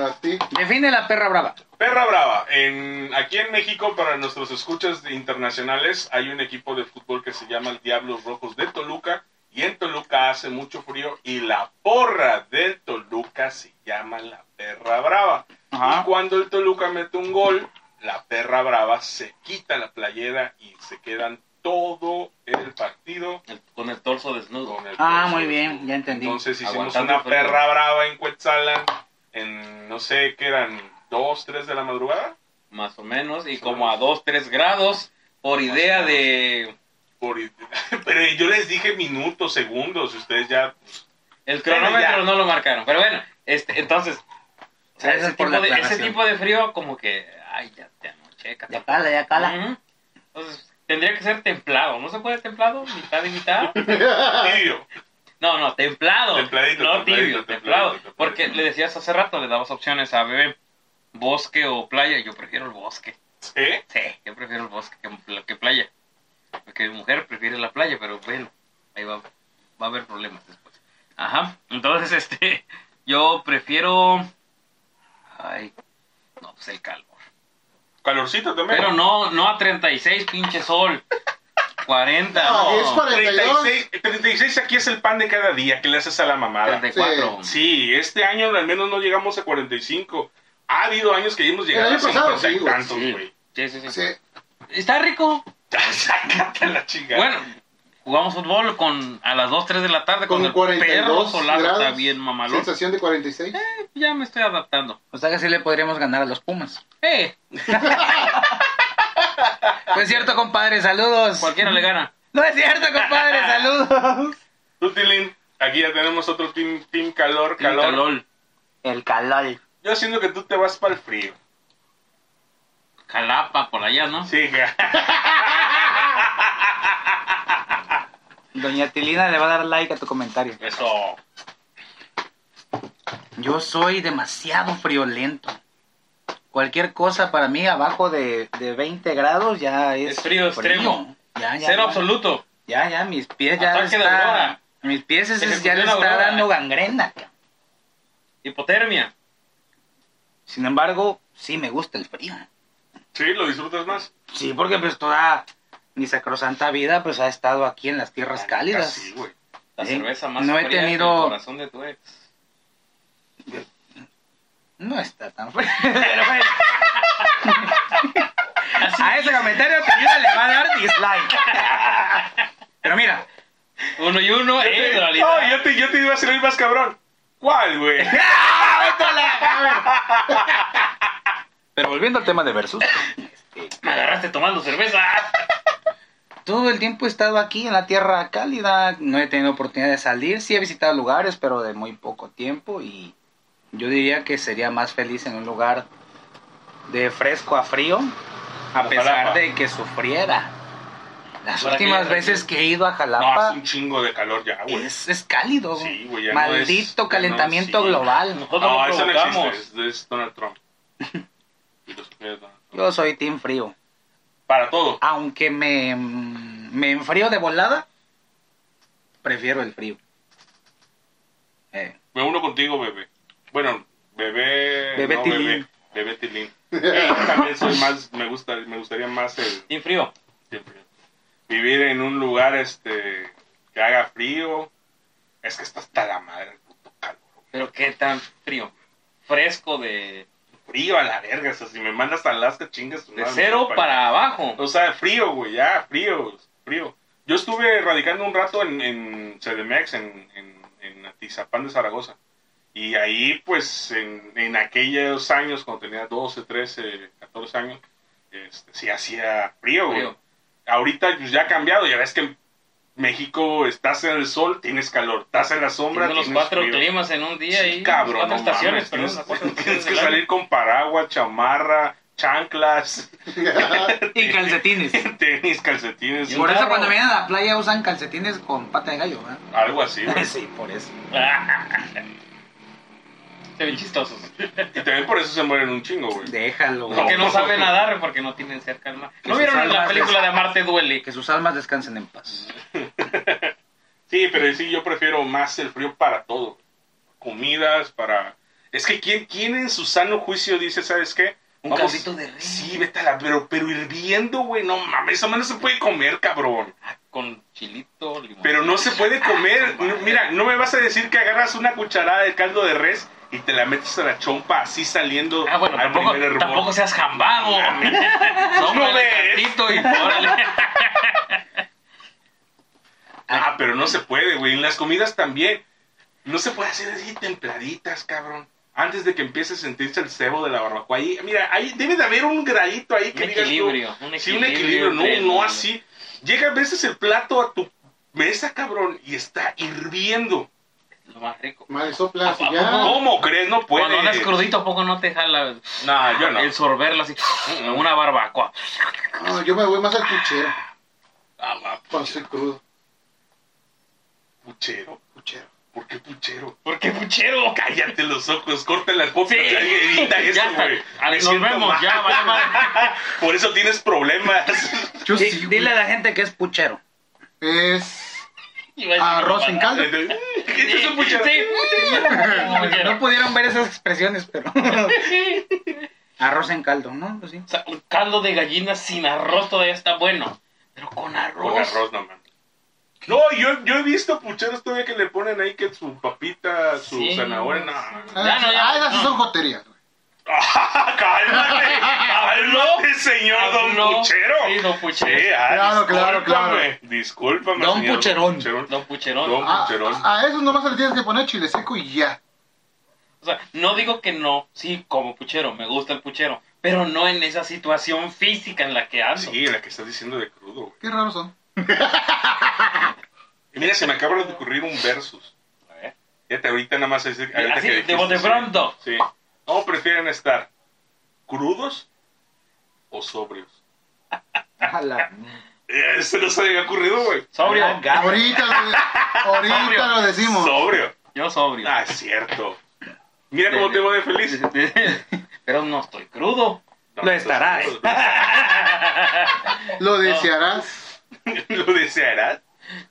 C: A ti.
D: Define la perra brava.
B: Perra Brava. En, aquí en México, para nuestros escuchas internacionales, hay un equipo de fútbol que se llama el Diablos Rojos de Toluca. Y en Toluca hace mucho frío. Y la porra del Toluca se llama la Perra Brava.
D: Ajá.
B: Y cuando el Toluca mete un gol, la Perra Brava se quita la playera y se quedan todo el partido
A: El- con el torso desnudo.
B: con el
D: Ah,
B: torso
D: muy bien, ya entendí.
B: entonces hicimos
A: Aguantando
B: una
A: frío.
B: perra brava en Cuetzalan en, no sé, ¿qué eran? ¿Dos, tres de la madrugada?
A: Más o menos. Y como a 2, 3 grados. Por idea de.
B: Por- [LAUGHS] pero yo les dije minutos, segundos, ustedes ya...
A: El
B: Pero ya.
A: cronómetro no lo marcaron. Pero bueno, este, entonces. o sea,
D: Gracias
A: ese,
D: por
A: tipo
D: la
A: de, ese
D: aclaración.
A: tipo de frío, como que. Ay, ya te anoche,
D: Ya
A: cata-
D: cala, ya cala.
A: Ujú. Entonces, tendría que ser templado. ¿No se puede templado? ¿Mitad y mitad?
C: Ah.
B: Tibio.
A: No, no, templado.
B: Templadito,
A: no
B: templadito,
A: tibio,
B: templadito,
A: templado.
B: templadito.
A: Porque le decías hace rato, le dabas opciones a bebé, bosque o playa. Yo prefiero el bosque.
B: ¿Eh?
A: Sí, yo prefiero el bosque que, que playa. Porque mi mujer prefiere la playa, pero bueno, ahí va, va a haber problemas después. Ajá, entonces [LAUGHS] este, yo prefiero... Ay, no, pues el calor.
B: Calorcito también.
A: Pero no, no a 36 pinche sol. 40,
C: No,
A: no,
C: es 42.
B: 36, 36 aquí es el pan de cada día que le haces a la mamada.
A: 34.
B: Sí, este año al menos no llegamos a 45. Ha habido años que hemos llegado
C: El
B: a
C: año
B: 50
C: pasado,
B: y
C: sí, güey.
B: tantos, güey. [LAUGHS]
A: Sí, sí, sí.
C: Sí.
A: Está rico.
B: Sácate la chingada.
A: Bueno, jugamos fútbol con a las 2, 3 de la tarde con,
C: Con
A: el perro
C: 42
A: solado
C: grados.
A: está bien mamalón.
C: Sensación de 46.
A: Ya me estoy adaptando.
D: O sea que sí le podríamos ganar a los Pumas.
A: Eh,
D: No
A: Ah,
D: es cierto, compadre, saludos.
A: cualquiera le gana.
D: No es cierto,
A: [LAUGHS]
D: compadre, saludos.
B: Tú, Tilín, aquí ya tenemos otro team, team calor,
A: Tiene
B: [LAUGHS] calor.
A: Calor.
D: El calor.
B: Yo siento que tú te vas para el frío.
A: Calapa por allá, ¿no?
B: Sí, [LAUGHS] ja.
D: Doña Tilina le va a dar like a tu comentario.
A: Eso.
D: Yo soy demasiado friolento. Cualquier cosa para mí abajo de, de 20 grados ya es.
A: Es frío extremo.
D: Ya, Ah, ya,
A: Cero
D: ya.
A: absoluto.
D: Ya, ya, mis pies ya.
A: Ataque de
D: está-
A: aurora.
D: Mis pies es- es- ya
A: Ejecución
D: le está
A: aurora.
D: dando gangrena. cabrón.
A: Hipotermia.
D: Sin embargo, sí me gusta el frío.
B: Sí, lo disfrutas más. Ah,
D: Sí, porque pues toda mi sacrosanta vida pues ha estado aquí en las tierras cálidas.
B: Sí, güey.
A: La
D: Sí.
A: cerveza más
D: No he
A: fría que
D: tenido-
A: el corazón de tu ex.
D: [LAUGHS]
A: [LAUGHS]
D: No está tan frío. pero bueno. A ese comentario Tiniebla le va a dar dislike.
A: [LAUGHS]
D: Pero mira,
A: Uno y uno,
B: Yo
A: eh,
B: te-
A: en realidad.
B: no, yo te, yo te iba a salir más cabrón. ¿Cuál, güey?
D: pero volviendo al tema de Versus,
A: Me agarraste tomando cerveza. [LAUGHS]
D: todo el tiempo he estado aquí en la tierra cálida, no he tenido oportunidad de salir, sí he visitado lugares, pero de muy poco tiempo y yo diría que sería más feliz en un lugar de fresco a frío, a
B: Como
D: pesar
B: Jalapa.
D: de que sufriera. Las
A: Ahora que
D: últimas
A: ya-
D: veces que he ido a
B: No,
D: Jalapa
B: hace un chingo de calor ya, güey.
D: es, es cálido,
B: Sí, güey, ya no
D: maldito
B: es- ya no,
D: calentamiento
B: sí.
D: global.
A: Nosotros lo
B: No, eso no
A: provocamos.
B: existe. Es, es Donald
D: [LAUGHS]
B: Trump. Y los pies de Donald Trump.
D: Yo soy team frío.
B: Para todo.
D: Aunque me, me enfrío de volada, prefiero el frío. Eh,
B: Me uno contigo, bebé. Bueno, bebé.
D: Bebé
B: no,
D: Tilín.
B: Bebé, bebé Tilín. Eh, También soy más. Me, gusta, me gustaría más el.
A: Team frío.
B: el frío. Vivir en un lugar este que haga frío. Es que está hasta la madre el puto calor.
A: Pero qué tan frío. Fresco de,
B: Frío a la verga. O sea, si me mandas a Alaska, chingas. tu
A: de
B: madre,
A: cero
B: me voy allá.
A: para abajo.
B: O sea, frío, güey, ya, frío, frío. Yo estuve radicando un rato en, en CDMX, en, en, en Atizapán de Zaragoza. Y ahí, pues, en, en aquellos años, cuando tenía 12, 13, 14 años, este, sí hacía frío, güey.
A: Frío.
B: Ahorita pues, ya ha cambiado, ya ves que en México estás en el sol, tienes calor, estás en la sombra,
A: Tiene los
B: tienes
A: cuatro
B: frío.
A: climas en un día
B: Sí,
A: y
B: cabrón,
A: cuatro
B: no
A: estaciones,
B: mames,
A: perdón,
B: tienes-
A: las cuatro estaciones
B: [LAUGHS] Tienes que
A: del año.
B: salir con paraguas, chamarra, chanclas, [LAUGHS]
D: y calcetines.
B: tenis, calcetines.
A: Y un
D: [LAUGHS] Por eso
A: carro.
D: cuando vienen a la playa usan calcetines con pata de gallo, ¿verdad?
B: Algo
A: [LAUGHS]
B: así, güey.
D: Sí, por eso.
A: Se ven chistosos.
B: Y también por eso se mueren un chingo, güey.
D: Déjalo. güey.
A: Porque no saben nadar, porque no tienen cerca el mar.
D: Que
A: ¿No
D: sus
A: vieron la
D: almas
A: película
D: des-
A: de Amarte Duele?
D: Que sus almas descansen en paz.
B: Sí, pero sí, yo prefiero más el frío para todo. Comidas, para... Es que ¿quién, quién en su sano juicio dice, ¿sabes qué?
A: Un caldito de res.
B: Sí, vete a la... Pero, pero hirviendo, güey, no mames, esa mano se puede comer, cabrón.
A: Ah, Con chilito, limón.
B: Pero no se
A: [LAUGHS]
B: puede comer. No, mira, no me vas a decir que agarras una cucharada de caldo de res y te la metes a la chompa así saliendo
A: Ah, bueno,
B: al
A: tampoco,
B: primer hervor. Ah.
A: tampoco seas jambado. [LAUGHS]
B: No
A: Toma
B: ves.
A: el caldito y
B: [LAUGHS]
A: órale.
B: Ah, pero no se puede, güey. En las comidas también. No se puede hacer así templaditas, cabrón. Antes de que empiece a sentirse el cebo de la barbacoa. Ahí, mira, ahí debe de haber un gradito ahí que
A: Un
B: digas tú,
A: equilibrio, un
B: sí, un
A: equilibrio
B: equilibrio. No,
A: entre-
B: no así. Llega a veces el plato a tu mesa, cabrón, y está hirviendo.
A: Lo más rico.
C: Mal sopla
A: Ah,
C: así ya.
B: ¿Cómo crees? No puede.
A: Cuando andas crudito, ¿a poco no te jala
B: No, yo no.
A: el sorberlo así? Mm, Una barbacoa.
C: No, yo me voy más al puchero.
B: Ah, va,
C: Cuando estoy crudo.
B: puchero.
C: Puchero.
B: ¿Por qué puchero?
A: ¿Por qué puchero?
B: Cállate los ojos, corta las copas.
A: Sí.
B: Alguien
A: [LAUGHS]
B: edita
A: Ya
B: eso,
A: está.
B: güey.
A: A ver,
B: Me
A: nos
B: siento
A: vemos,
B: mal.
A: ya, vale
B: [LAUGHS]
A: madre.
B: Por eso tienes
C: [LAUGHS]
B: problemas.
C: Yo
D: Di-
C: sí, güey.
D: dile a la gente que es puchero.
C: Es
A: Iba a decir una
C: arroz en
A: barbacoa.
C: caldo.
B: Este es un puchero.
A: Sí, [LAUGHS] un puchero.
D: [LAUGHS] No pudieron ver esas expresiones, pero. [LAUGHS] Arroz en caldo, ¿no? Pues sí.
A: O sea, un caldo de gallina sin arroz todavía está bueno. Pero con arroz.
B: Con arroz, no mames. No, yo, yo he visto pucheros todavía que le ponen ahí que su papita, su
A: Sí.
B: zanahoria. No. [LAUGHS] mames.
A: Ya, no, ya,
C: Ah, esas sí
A: no.
C: son joterías. güey.
B: ¡Ah, cálmate, cálmate, señor don
A: Habló-
B: Puchero.
A: Ah, Sí, don Puchero.
B: Sí, ah,
C: Claro, claro,
B: discúlpame, Discúlpame,
D: Don
B: señor
D: Pucherón.
A: Don Pucherón.
B: Don
C: A,
B: Pucherón.
C: a a Ah, esos nomás le tienes que poner chile seco y ya.
A: O sea, no digo que no, sí, como puchero, me gusta el puchero, pero no en esa situación física en la que ando.
B: Ah, Sí, la que estás diciendo de crudo, güey.
C: Qué raros son.
B: Y mira, se me acaba de ocurrir un versus.
A: A ver.
B: Fíjate, ahorita nada más es... ahorita
A: Así,
B: que
A: de
B: dijiste,
A: bote
B: sí.
A: pronto.
B: Sí. ¿Cómo prefieren estar? ¿Crudos o sobrios?
D: [LAUGHS]
B: Eh, Se nos había ocurrido, güey.
A: Sobrio.
C: Ahorita
A: [LAUGHS]
C: lo, de- ahorita lo decimos.
B: Sobrio.
A: Yo sobrio. [LAUGHS]
B: Ah, es cierto. Mira cómo te voy de feliz.
A: pero no estoy crudo. [LAUGHS]
B: No,
D: Lo estarás.
A: eh.
C: Lo desearás.
B: [LAUGHS] Lo desearás.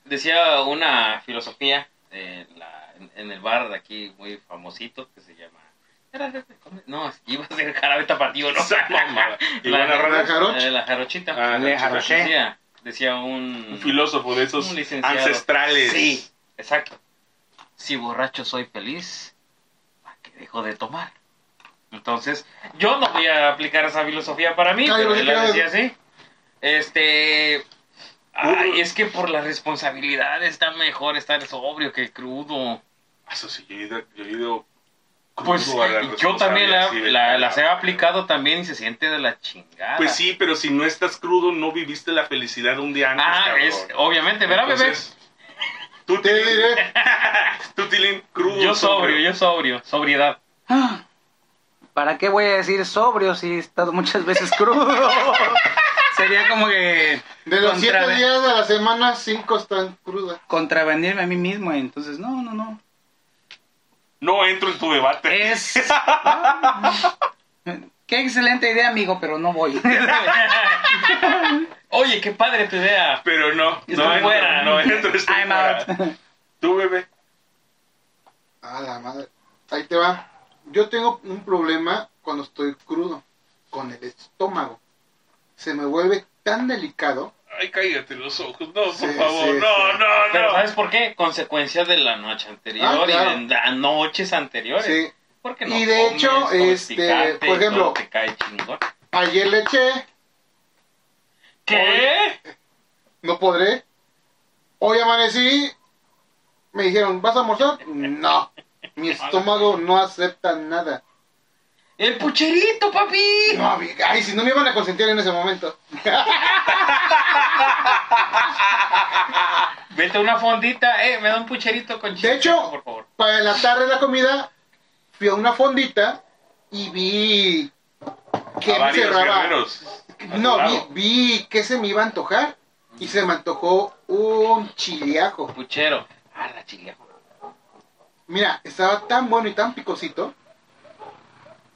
A: Decía una filosofía de la- en- en el bar de aquí muy famosito que se llama... este No, es que iba a ser jarabe tapatío, [LAUGHS] ¿no?
B: Esa mamada. Y van a
C: La
B: arrancar.
A: Eh,
C: jarocha.
A: la jarochita.
B: Ah,
D: Le jaroché.
A: decía, decía un...
B: Un filósofo de esos
A: Un licenciado.
B: ancestrales.
A: Sí, exacto. Si borracho soy feliz, ¿para qué dejo de tomar? Entonces, yo no voy a aplicar esa filosofía para mí,
C: Cállate,
A: pero él la
C: cállate.
A: decía así. Este. Ay, es que por la responsabilidad está mejor estar sobrio que crudo.
B: Ah, Eso sí, yo he ido, yo he ido
A: Pues
B: crudo a la
A: yo también la,
B: responsabilidad, sí, de-
A: la- las he aplicado también y se siente de la chingada.
B: Pues sí, pero si no estás crudo, no viviste la felicidad un día antes.
A: Ah,
B: cabrón.
A: es, obviamente, ¿verdad, bebé?
B: Entonces, Tú,
C: Te
B: Tilín,
C: diré.
B: tú, Tilín, crudo.
A: Yo sobrio, yo sobrio, sobriedad.
D: ¿Para qué voy a decir sobrio si he estado muchas veces
C: [LAUGHS]
D: crudo? Sería como que
C: De los siete
D: contrave-
C: días de la semana, cinco están crudas.
D: contravenirme a mí mismo, entonces no, no, no.
B: No entro en tu debate.
C: [LAUGHS]
D: Es Qué excelente idea, amigo, pero no voy.
A: Oye, qué padre tu idea.
B: Pero no, no
A: Estoy
B: entro,
A: fuera.
B: no entro. estoy
D: I'm
B: fuera.
D: out.
B: Tú, bebé.
C: A la madre. Ahí te va. Yo tengo un problema cuando estoy crudo, con el estómago. Se me vuelve tan delicado.
B: Ay, cállate los ojos. No, por
C: Sí,
B: favor. no,
C: sí, sí.
B: no, no,
A: Pero ¿sabes por qué? Consecuencia de la noche anterior
C: Ah, claro.
A: y de las noches anteriores.
C: Sí.
A: Porque no
C: Y de
A: comes,
C: hecho,
A: todo es
C: este,
A: picante
C: por
A: y todo
C: ejemplo-
A: te cae chingón.
C: Ayer le eché,
A: ¿Qué?
C: no podré. Hoy amanecí, me dijeron, ¿vas a almorzar? No.
B: [LAUGHS]
C: Mi estómago no acepta nada.
A: El pucherito, papi.
C: No, mi- ay, si no me iban a consentir en ese momento.
A: Vete a una fondita, eh, me da un pucherito con chile,
C: De hecho,
A: por favor.
C: para la tarde de la comida, fui a una fondita y vi que
B: A
C: me
B: varios
C: cerraba.
B: guerreros. [LAUGHS] a tu
C: No, vi,
B: lado.
C: vi que se me iba a antojar y se me antojó un chiliaco.
A: Puchero. Ah, la chile.
C: Mira, estaba tan bueno y tan picosito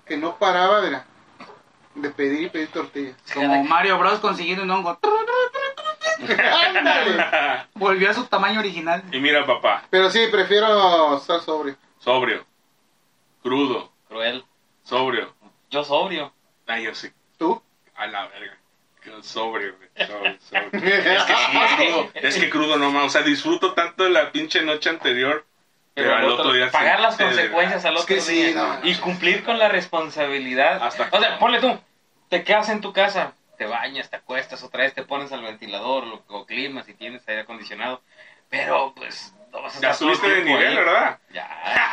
C: que no paraba, mira, de pedir y pedir
B: [LAUGHS]
C: tortillas.
D: Como Mario Bros consiguiendo un hongo.
C: ¡Ándale!
D: Volvió a su tamaño original.
B: Y mira, papá,
C: Pero sí, prefiero estar sobrio.
B: sobrio, crudo,
A: Cruel.
B: sobrio.
A: Yo sobrio.
B: Ay, yo sí.
C: ¿Tú?
B: A la verga. Qué Sobrio, güey. Sobrio, sobrio. Es que sí, crudo. Es que crudo no mames. O sea, disfruto tanto de la pinche noche anterior, pero, al otro, día sí.
A: pagar las
B: te-
A: consecuencias al
C: Es
A: otro
C: que sí,
A: día
C: no, no,
A: y
C: no.
A: cumplir con la responsabilidad.
B: Hasta-
A: o sea, ponle tú, te quedas en tu casa, te bañas, te acuestas, otra vez te pones al ventilador o, o clima si tienes aire acondicionado, pero pues no vas a
B: Ya
A: estar todo el
B: subiste de
A: tiempo
B: nivel,
A: ahí.
B: ¿verdad?
A: Ya.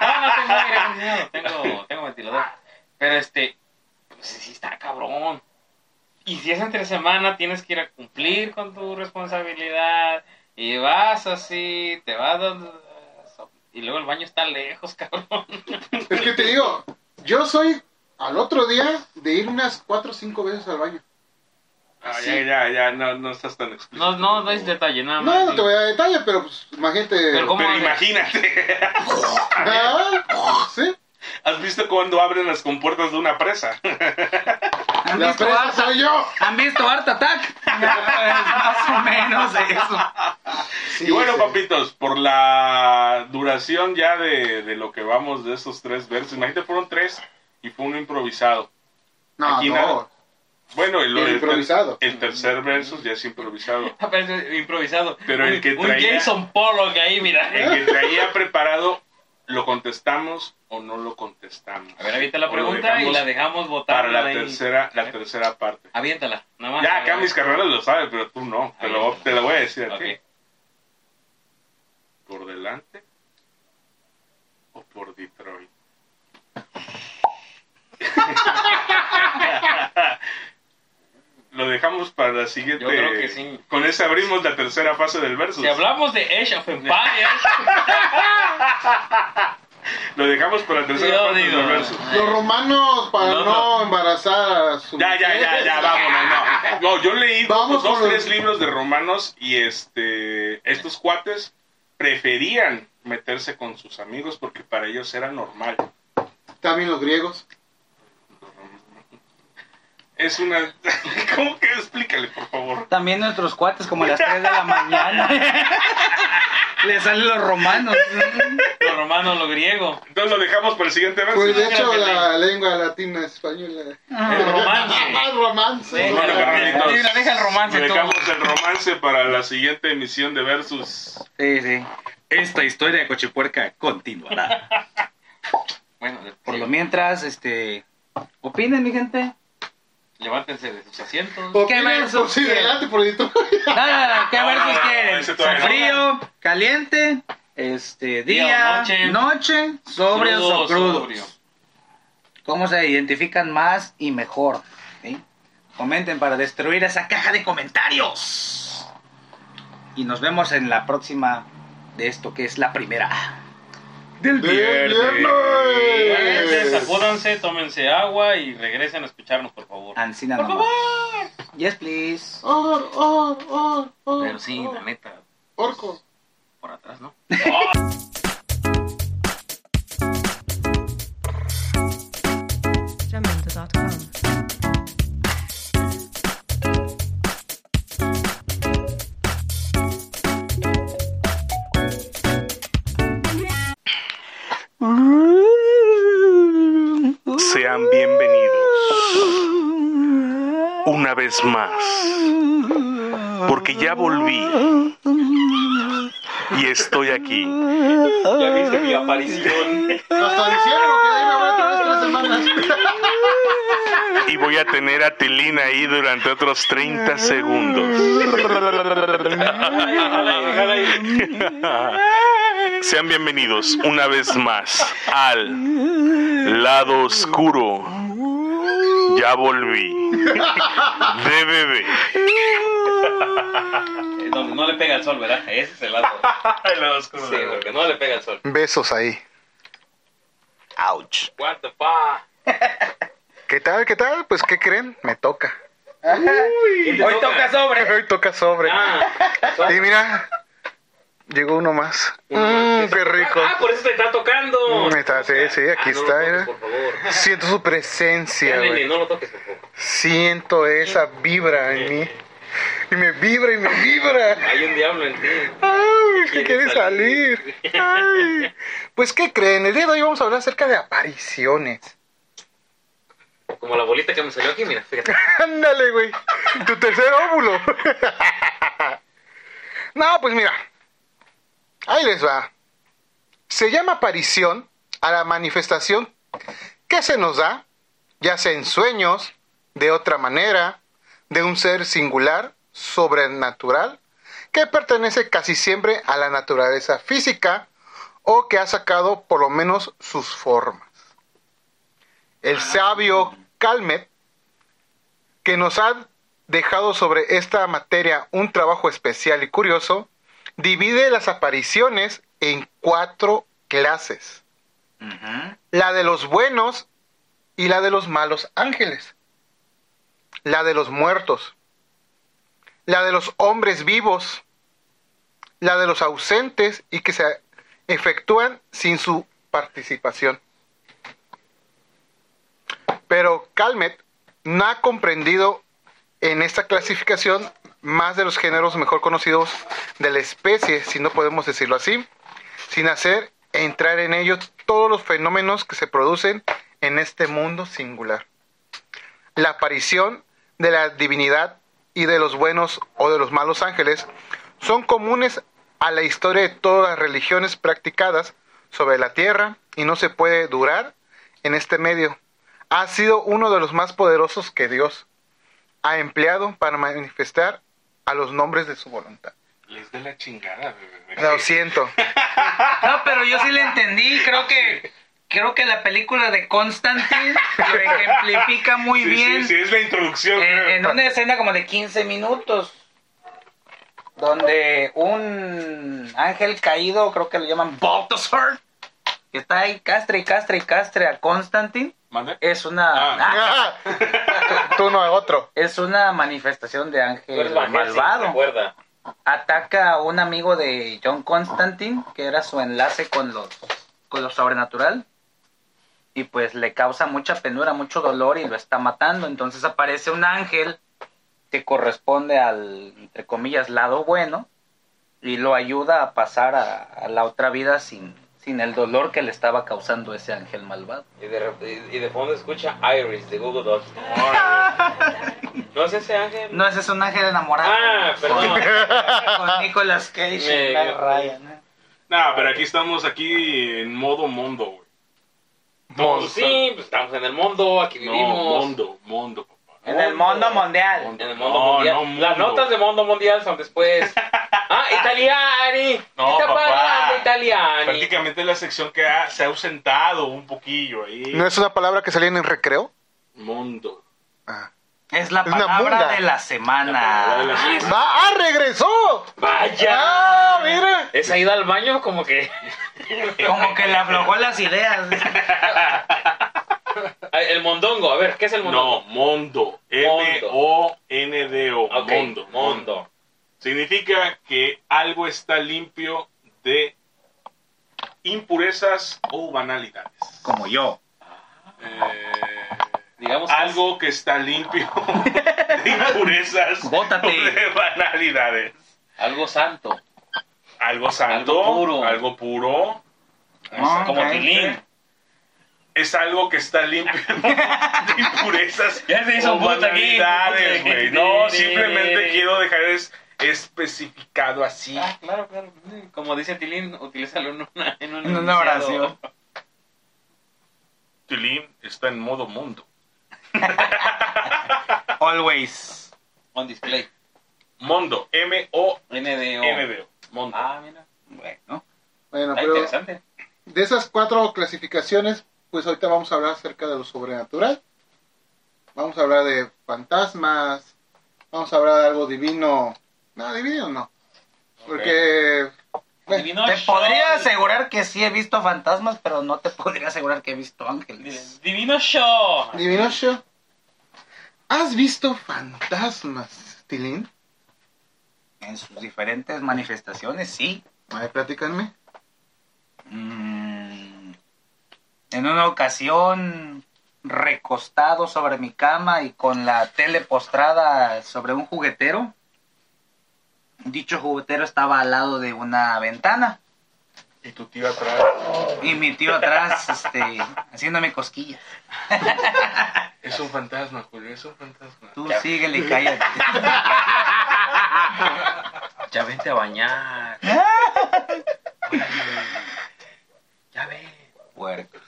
A: No, no tengo aire acondicionado, tengo, tengo ventilador. Pero este, pues sí está cabrón. Y si es entre semana, tienes que ir a cumplir con tu responsabilidad. Y vas así, te vas dando... Y luego el baño está lejos, [LAUGHS] cabrón.
C: Es que te digo, yo soy al otro día de ir unas cuatro o cinco veces al baño.
B: Ah,
A: Sí.
B: ya, ya, ya, no, no estás tan explícito.
A: No, no, no es detalle, nada más.
C: No, no te voy a dar detalle, pero pues imagínate.
A: Pero ¿cómo
B: Ah, Pero
A: haces?
B: imagínate, [LAUGHS]
C: Ah, ¿Sí?
B: ¿has visto cuando abren las compuertas de una presa? Ah,
D: ¿Han
C: La
D: visto,
C: presa
D: harta,
C: soy yo.
D: ¿Han visto
C: [LAUGHS]
D: Art Attack? Es más o menos eso.
C: Sí,
B: y bueno,
C: sí.
B: papitos, por la duración ya de, de lo que vamos de esos tres versos, imagínate, fueron tres y fue uno improvisado.
C: No,
B: Aquí
C: no.
B: nada. Bueno, el,
C: Y el
B: el ter-
C: improvisado.
B: el tercer verso ya
A: [LAUGHS]
B: es improvisado.
A: Parece Improvisado.
B: Pero el
A: Un-
B: que
A: Un
B: traía-
A: Jason Pollock ahí, mira.
B: El
C: Ah.
B: que traía preparado, ¿lo contestamos o no lo contestamos?
A: [LAUGHS] A ver, avienta la
B: O lo
A: pregunta y
B: dejamos
A: la dejamos votar.
B: Para la tercera, la tercera parte.
A: Aviéntala, nada más.
B: Ya, acá mis carreras lo saben, pero tú no. Te lo, te lo voy a decir a
A: Ok.
B: ti. ¿Por delante o
A: [LAUGHS]
B: por Detroit? lo dejamos para la siguiente.
A: Yo creo que sí.
B: Con esa abrimos la tercera fase del verso.
A: Si hablamos de Age of [LAUGHS] Empires,
B: Lo dejamos para la tercera
A: yo
B: fase
A: digo.
B: del verso.
C: Los romanos, para
B: No,
C: no,
B: no.
C: embarazar a su.
B: Ya, ya, ya,
C: [LAUGHS]
B: ya, vámonos, no. No, yo leí
C: Vamos
B: dos,
C: con
B: tres
C: los-
B: libros de romanos y este, estos cuates preferían meterse con sus amigos porque para ellos era normal.
C: También los griegos.
B: Es una... [LAUGHS] ¿Cómo que? Explícale, por favor.
D: También nuestros cuates, como a las 3 de la mañana. [LAUGHS] Le salen los romanos.
A: lo romano, lo griego.
B: Entonces lo dejamos para el siguiente verso.
C: Pues de
A: creo
C: hecho,
A: que
C: la lengua latina española.
A: El romance.
C: Ah, romance.
B: Bueno, carnalitos.
A: Mira, deja el romance todo.
B: Dejamos el romance para la siguiente emisión de Versus.
D: Sí, sí. Esta historia de Cochipuerca continuará.
A: Bueno,
D: Por lo mientras, este, opinen, mi gente.
A: levántense de sus asientos.
D: ¿Qué
C: Opinen,
D: versus
C: pues, sí,
D: qué?
C: adelante, por ahí tú.
D: No, no, no, ¿qué
B: No,
D: versus
B: no, no,
D: quieren?
B: ese todavía no.
D: ¿Frío, caliente, este, día,
A: Día o
D: noche,
A: noche?
D: sobrios o
A: Crudo,
D: crudos?
A: sobrio.
D: ¿Cómo se identifican más y mejor? ¿Sí? Comenten para destruir esa caja de comentarios. Y nos vemos en la próxima de esto que es la primera.
B: Del
C: Del
B: viernes.
A: Cuídense,
C: Yes.
A: Sacúdanse, tómense agua y regresen a escucharnos, por favor.
D: Ancina
A: Por
D: nomás.
A: favor.
D: Yes, please.
C: Or, or, or, or.
A: Pero sí,
C: or.
A: la neta,
C: Orco.
A: por atrás, [LAUGHS] ¿no?
G: Jamendo.com.
E: Sean bienvenidos una vez más, porque ya volví y estoy aquí.
A: Ya viste mi aparición.
C: Hasta diciembre, porque de ahí me voy a tener tres semanas.
E: Y voy a tener a Tilín ahí durante otros 30 segundos. [LAUGHS] Sean bienvenidos una vez más al lado oscuro. Ya volví. [LAUGHS] De bebé.
A: Eh, Donde no le pega el sol, ¿verdad? Ese es el lado. el lado oscuro. Sí, porque no le pega el sol.
H: Besos ahí. Ouch.
A: What the fuck?
H: ¿Qué tal? ¿Qué tal? Pues, ¿qué creen? Me toca.
B: [LAUGHS]
D: Hoy toca sobre.
H: Hoy toca sobre.
A: Ah.
H: Y mira, llegó uno más. Mmm, qué rico.
A: Ah, por eso te está tocando. Ah,
H: Mm, está, sí, sí, aquí
A: no lo
H: está,
A: toques,
H: mira.
A: por favor.
H: Siento su presencia,
A: Ya, nene,
H: güey.
A: no lo toques, por favor.
H: Siento esa vibra en mí. Y me vibra y me vibra.
A: Hay un diablo en ti.
H: Ay, que quiere salir. Ay. Pues, ¿qué creen? El día de hoy vamos a hablar acerca de apariciones.
A: Como la bolita que me salió aquí, mira, fíjate.
H: [LAUGHS] Ándale, güey. Tu tercer óvulo. [LAUGHS] no, pues mira. Ahí les va. Se llama aparición a la manifestación que se nos da, ya sea en sueños, de otra manera, de un ser singular, sobrenatural, que pertenece casi siempre a la naturaleza física o que ha sacado por lo menos sus formas. El sabio Calmet que nos ha dejado sobre esta materia un trabajo especial y curioso, divide las apariciones en cuatro clases. La de los buenos y la de los malos ángeles. La de los muertos. La de los hombres vivos. La de los ausentes y que se efectúan sin su participación. Pero Calmet no ha comprendido en esta clasificación más de los géneros mejor conocidos de la especie, si no podemos decirlo así, sin hacer e entrar en ellos todos los fenómenos que se producen en este mundo singular. La aparición de la divinidad y de los buenos o de los malos ángeles son comunes a la historia de todas las religiones practicadas sobre la tierra y no se puede durar en este medio. Ha sido uno de los más poderosos que Dios ha empleado para manifestar a los nombres de su voluntad.
B: Les de la chingada, bebé.
H: Lo siento.
D: No, pero yo sí le entendí. Creo que creo que la película de Constantine lo ejemplifica muy
B: Sí,
D: bien. Eh,
B: sí, sí, es la introducción.
D: en,
B: creo.
D: en una escena como de 15 minutos, donde un ángel caído, creo que lo llaman Baltasar, que está ahí castre y castre y castre a Constantine,
B: ¿Mande?
D: es una, ah,
H: Tú no, otro.
D: es una manifestación de
A: Pues
D: ángel malvado.
A: Recuerda.
D: Ataca a un amigo de John Constantine, que era su enlace con los con lo sobrenatural. Y pues le causa mucha penura, mucho dolor y lo está matando. Entonces aparece un ángel que corresponde al, entre comillas, lado bueno y lo ayuda a pasar a, a la otra vida sin, sin el dolor que le estaba causando ese ángel malvado.
A: Y de, rep- y y de fondo escucha Iris de Google Docs. ¿No es ese ángel?
D: No, ese es un ángel enamorado.
A: Ah, perdón.
B: [LAUGHS]
D: Con, con Nicolas Cage y
A: [LAUGHS] Me-
D: Meg Ryan. ¿eh?
B: No, pero aquí estamos aquí en modo mundo, güey.
A: Pues sí, pues estamos en el mundo, aquí
B: No,
A: vivimos.
B: Mondo, Mondo, papá.
D: En el mundo mundial.
B: Mundo.
A: En el mundo
B: No,
A: mundial.
B: no, mundo.
A: Las notas de mundo mundial son
B: [LAUGHS]
A: después. ah, italiani.
B: No,
A: Está
B: papá.
A: parlando italiani.
B: Prácticamente es la sección que ha- se ha ausentado un poquillo ahí.
H: ¿No es una palabra que salía en el recreo?
B: Mondo.
H: Ah.
D: Es la
H: Es una
D: palabra
H: munda.
D: de la
B: La de
D: semana.
B: la sección.
H: ¡Va! ¡Ah, regresó!
A: Vaya.
H: ¡Ah, mira!
A: Esa ida al baño como que [LAUGHS]
D: Como que le aflojó las ideas.
A: Ay, el mondongo, a ver, ¿qué es el
B: No,
A: mondongo?
B: Mondo. M-O-N-D-O.
A: Ok,
B: Mondo.
A: mondo.
B: Significa que algo está limpio de impurezas o banalidades.
D: Como yo.
B: Eh,
A: Digamos que
B: algo que está limpio [LAUGHS] de impurezas
D: Bótate.
B: o de banalidades.
A: es algo santo,
B: Algo santo,
A: Algo puro.
B: algo puro.
D: Ah,
A: Este, como
D: ok.
A: tilín.
B: Es algo que está limpio
A: [LAUGHS]
B: [LAUGHS] de impurezas
A: Ya se hizo
B: o
A: un punto aquí. [LAUGHS]
B: banalidades, güey. No, simplemente
A: Sí.
B: quiero dejar es especificado así.
A: Ah, claro, claro. sí. Como dice Tilín, utilízalo en una, en un
D: En una
A: enunciado.
D: oración.
B: Tulín está en modo mundo.
D: Always.
A: On display.
B: Mondo, M-O-N-D-O.
A: NDO.
B: Mondo.
A: Ah, mira.
D: Bueno.
C: Bueno,
A: Está
C: pero
A: interesante.
C: de esas cuatro clasificaciones, pues ahorita vamos a hablar acerca de lo sobrenatural. Vamos a hablar de fantasmas. Vamos a hablar de algo divino. No, divino no. Porque. bueno,
A: Divino
D: Te
A: Show.
D: podría asegurar que sí he visto fantasmas, pero no te podría asegurar que he visto ángeles.
A: Divino Show.
C: divino show. ¿Has visto fantasmas, Tilín?
D: En sus diferentes manifestaciones, sí.
C: A ver, platícanme.
D: Mm, En una ocasión, recostado sobre mi cama y con la tele postrada sobre un juguetero. Dicho juguetero estaba al lado de una ventana
B: Y tu tío atrás.
D: y mi tío atrás este, haciéndome cosquillas.
B: Es un fantasma, Julio, es un fantasma.
D: Tú síguele y cállate.
A: Ya vente a bañar. [LAUGHS] ya ve.
D: Puerco.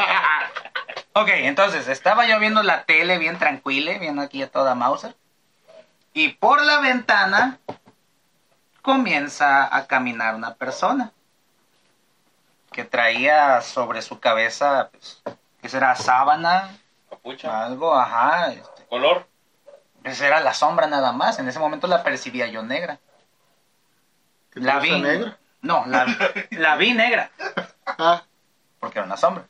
D: [LAUGHS] ok, entonces estaba yo viendo la tele bien tranquila, viendo aquí a toda Mauser. Y por la ventana comienza a caminar una persona que traía sobre su cabeza, pues, que será sábana,
A: Capucha.
D: algo, ajá. este,
A: Color.
D: Pues era la sombra nada más. En ese momento la percibía yo negra.
C: ¿Que te
D: La
C: gusta
D: vi.
C: negra?
D: No,
C: [LAUGHS]
D: la, la vi negra
C: Ah,
D: porque era una sombra.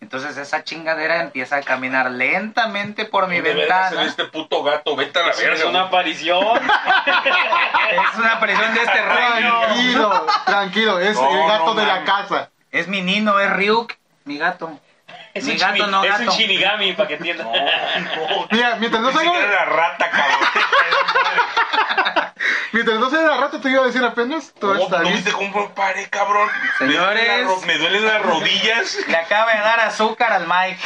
D: Entonces esa chingadera empieza a caminar lentamente por mi
B: ¿Dónde vergas
D: ventana.
B: era Este puto gato, vete a la verga.
A: ¿eh? Es una
B: güey.
A: aparición.
D: Es una aparición de este reino.
C: tranquilo, tranquilo, es
B: No,
C: el gato
B: no
C: de la
B: mames.
C: casa.
D: Es mi nino, es Ryuk, mi gato.
A: [LAUGHS] Es
D: mi
A: un,
D: gato,
A: shini-
D: no
A: es un
D: gato.
A: shinigami, para que entiendan. [LAUGHS]
B: No, no.
C: Mira, mientras no
B: Ni siquiera
C: salga,
B: era rata,
C: [LAUGHS]
B: cabrón.
C: mientras no salga la rata, te iba a decir apenas, todo
B: ¿Cómo-
C: está
B: ¿No
C: bien.
B: viste cómo me paré, cabrón? Me
D: Señores.
B: duelen las ro- Me duelen las
A: [LAUGHS]
B: rodillas.
D: Le acaba de dar azúcar al Mike.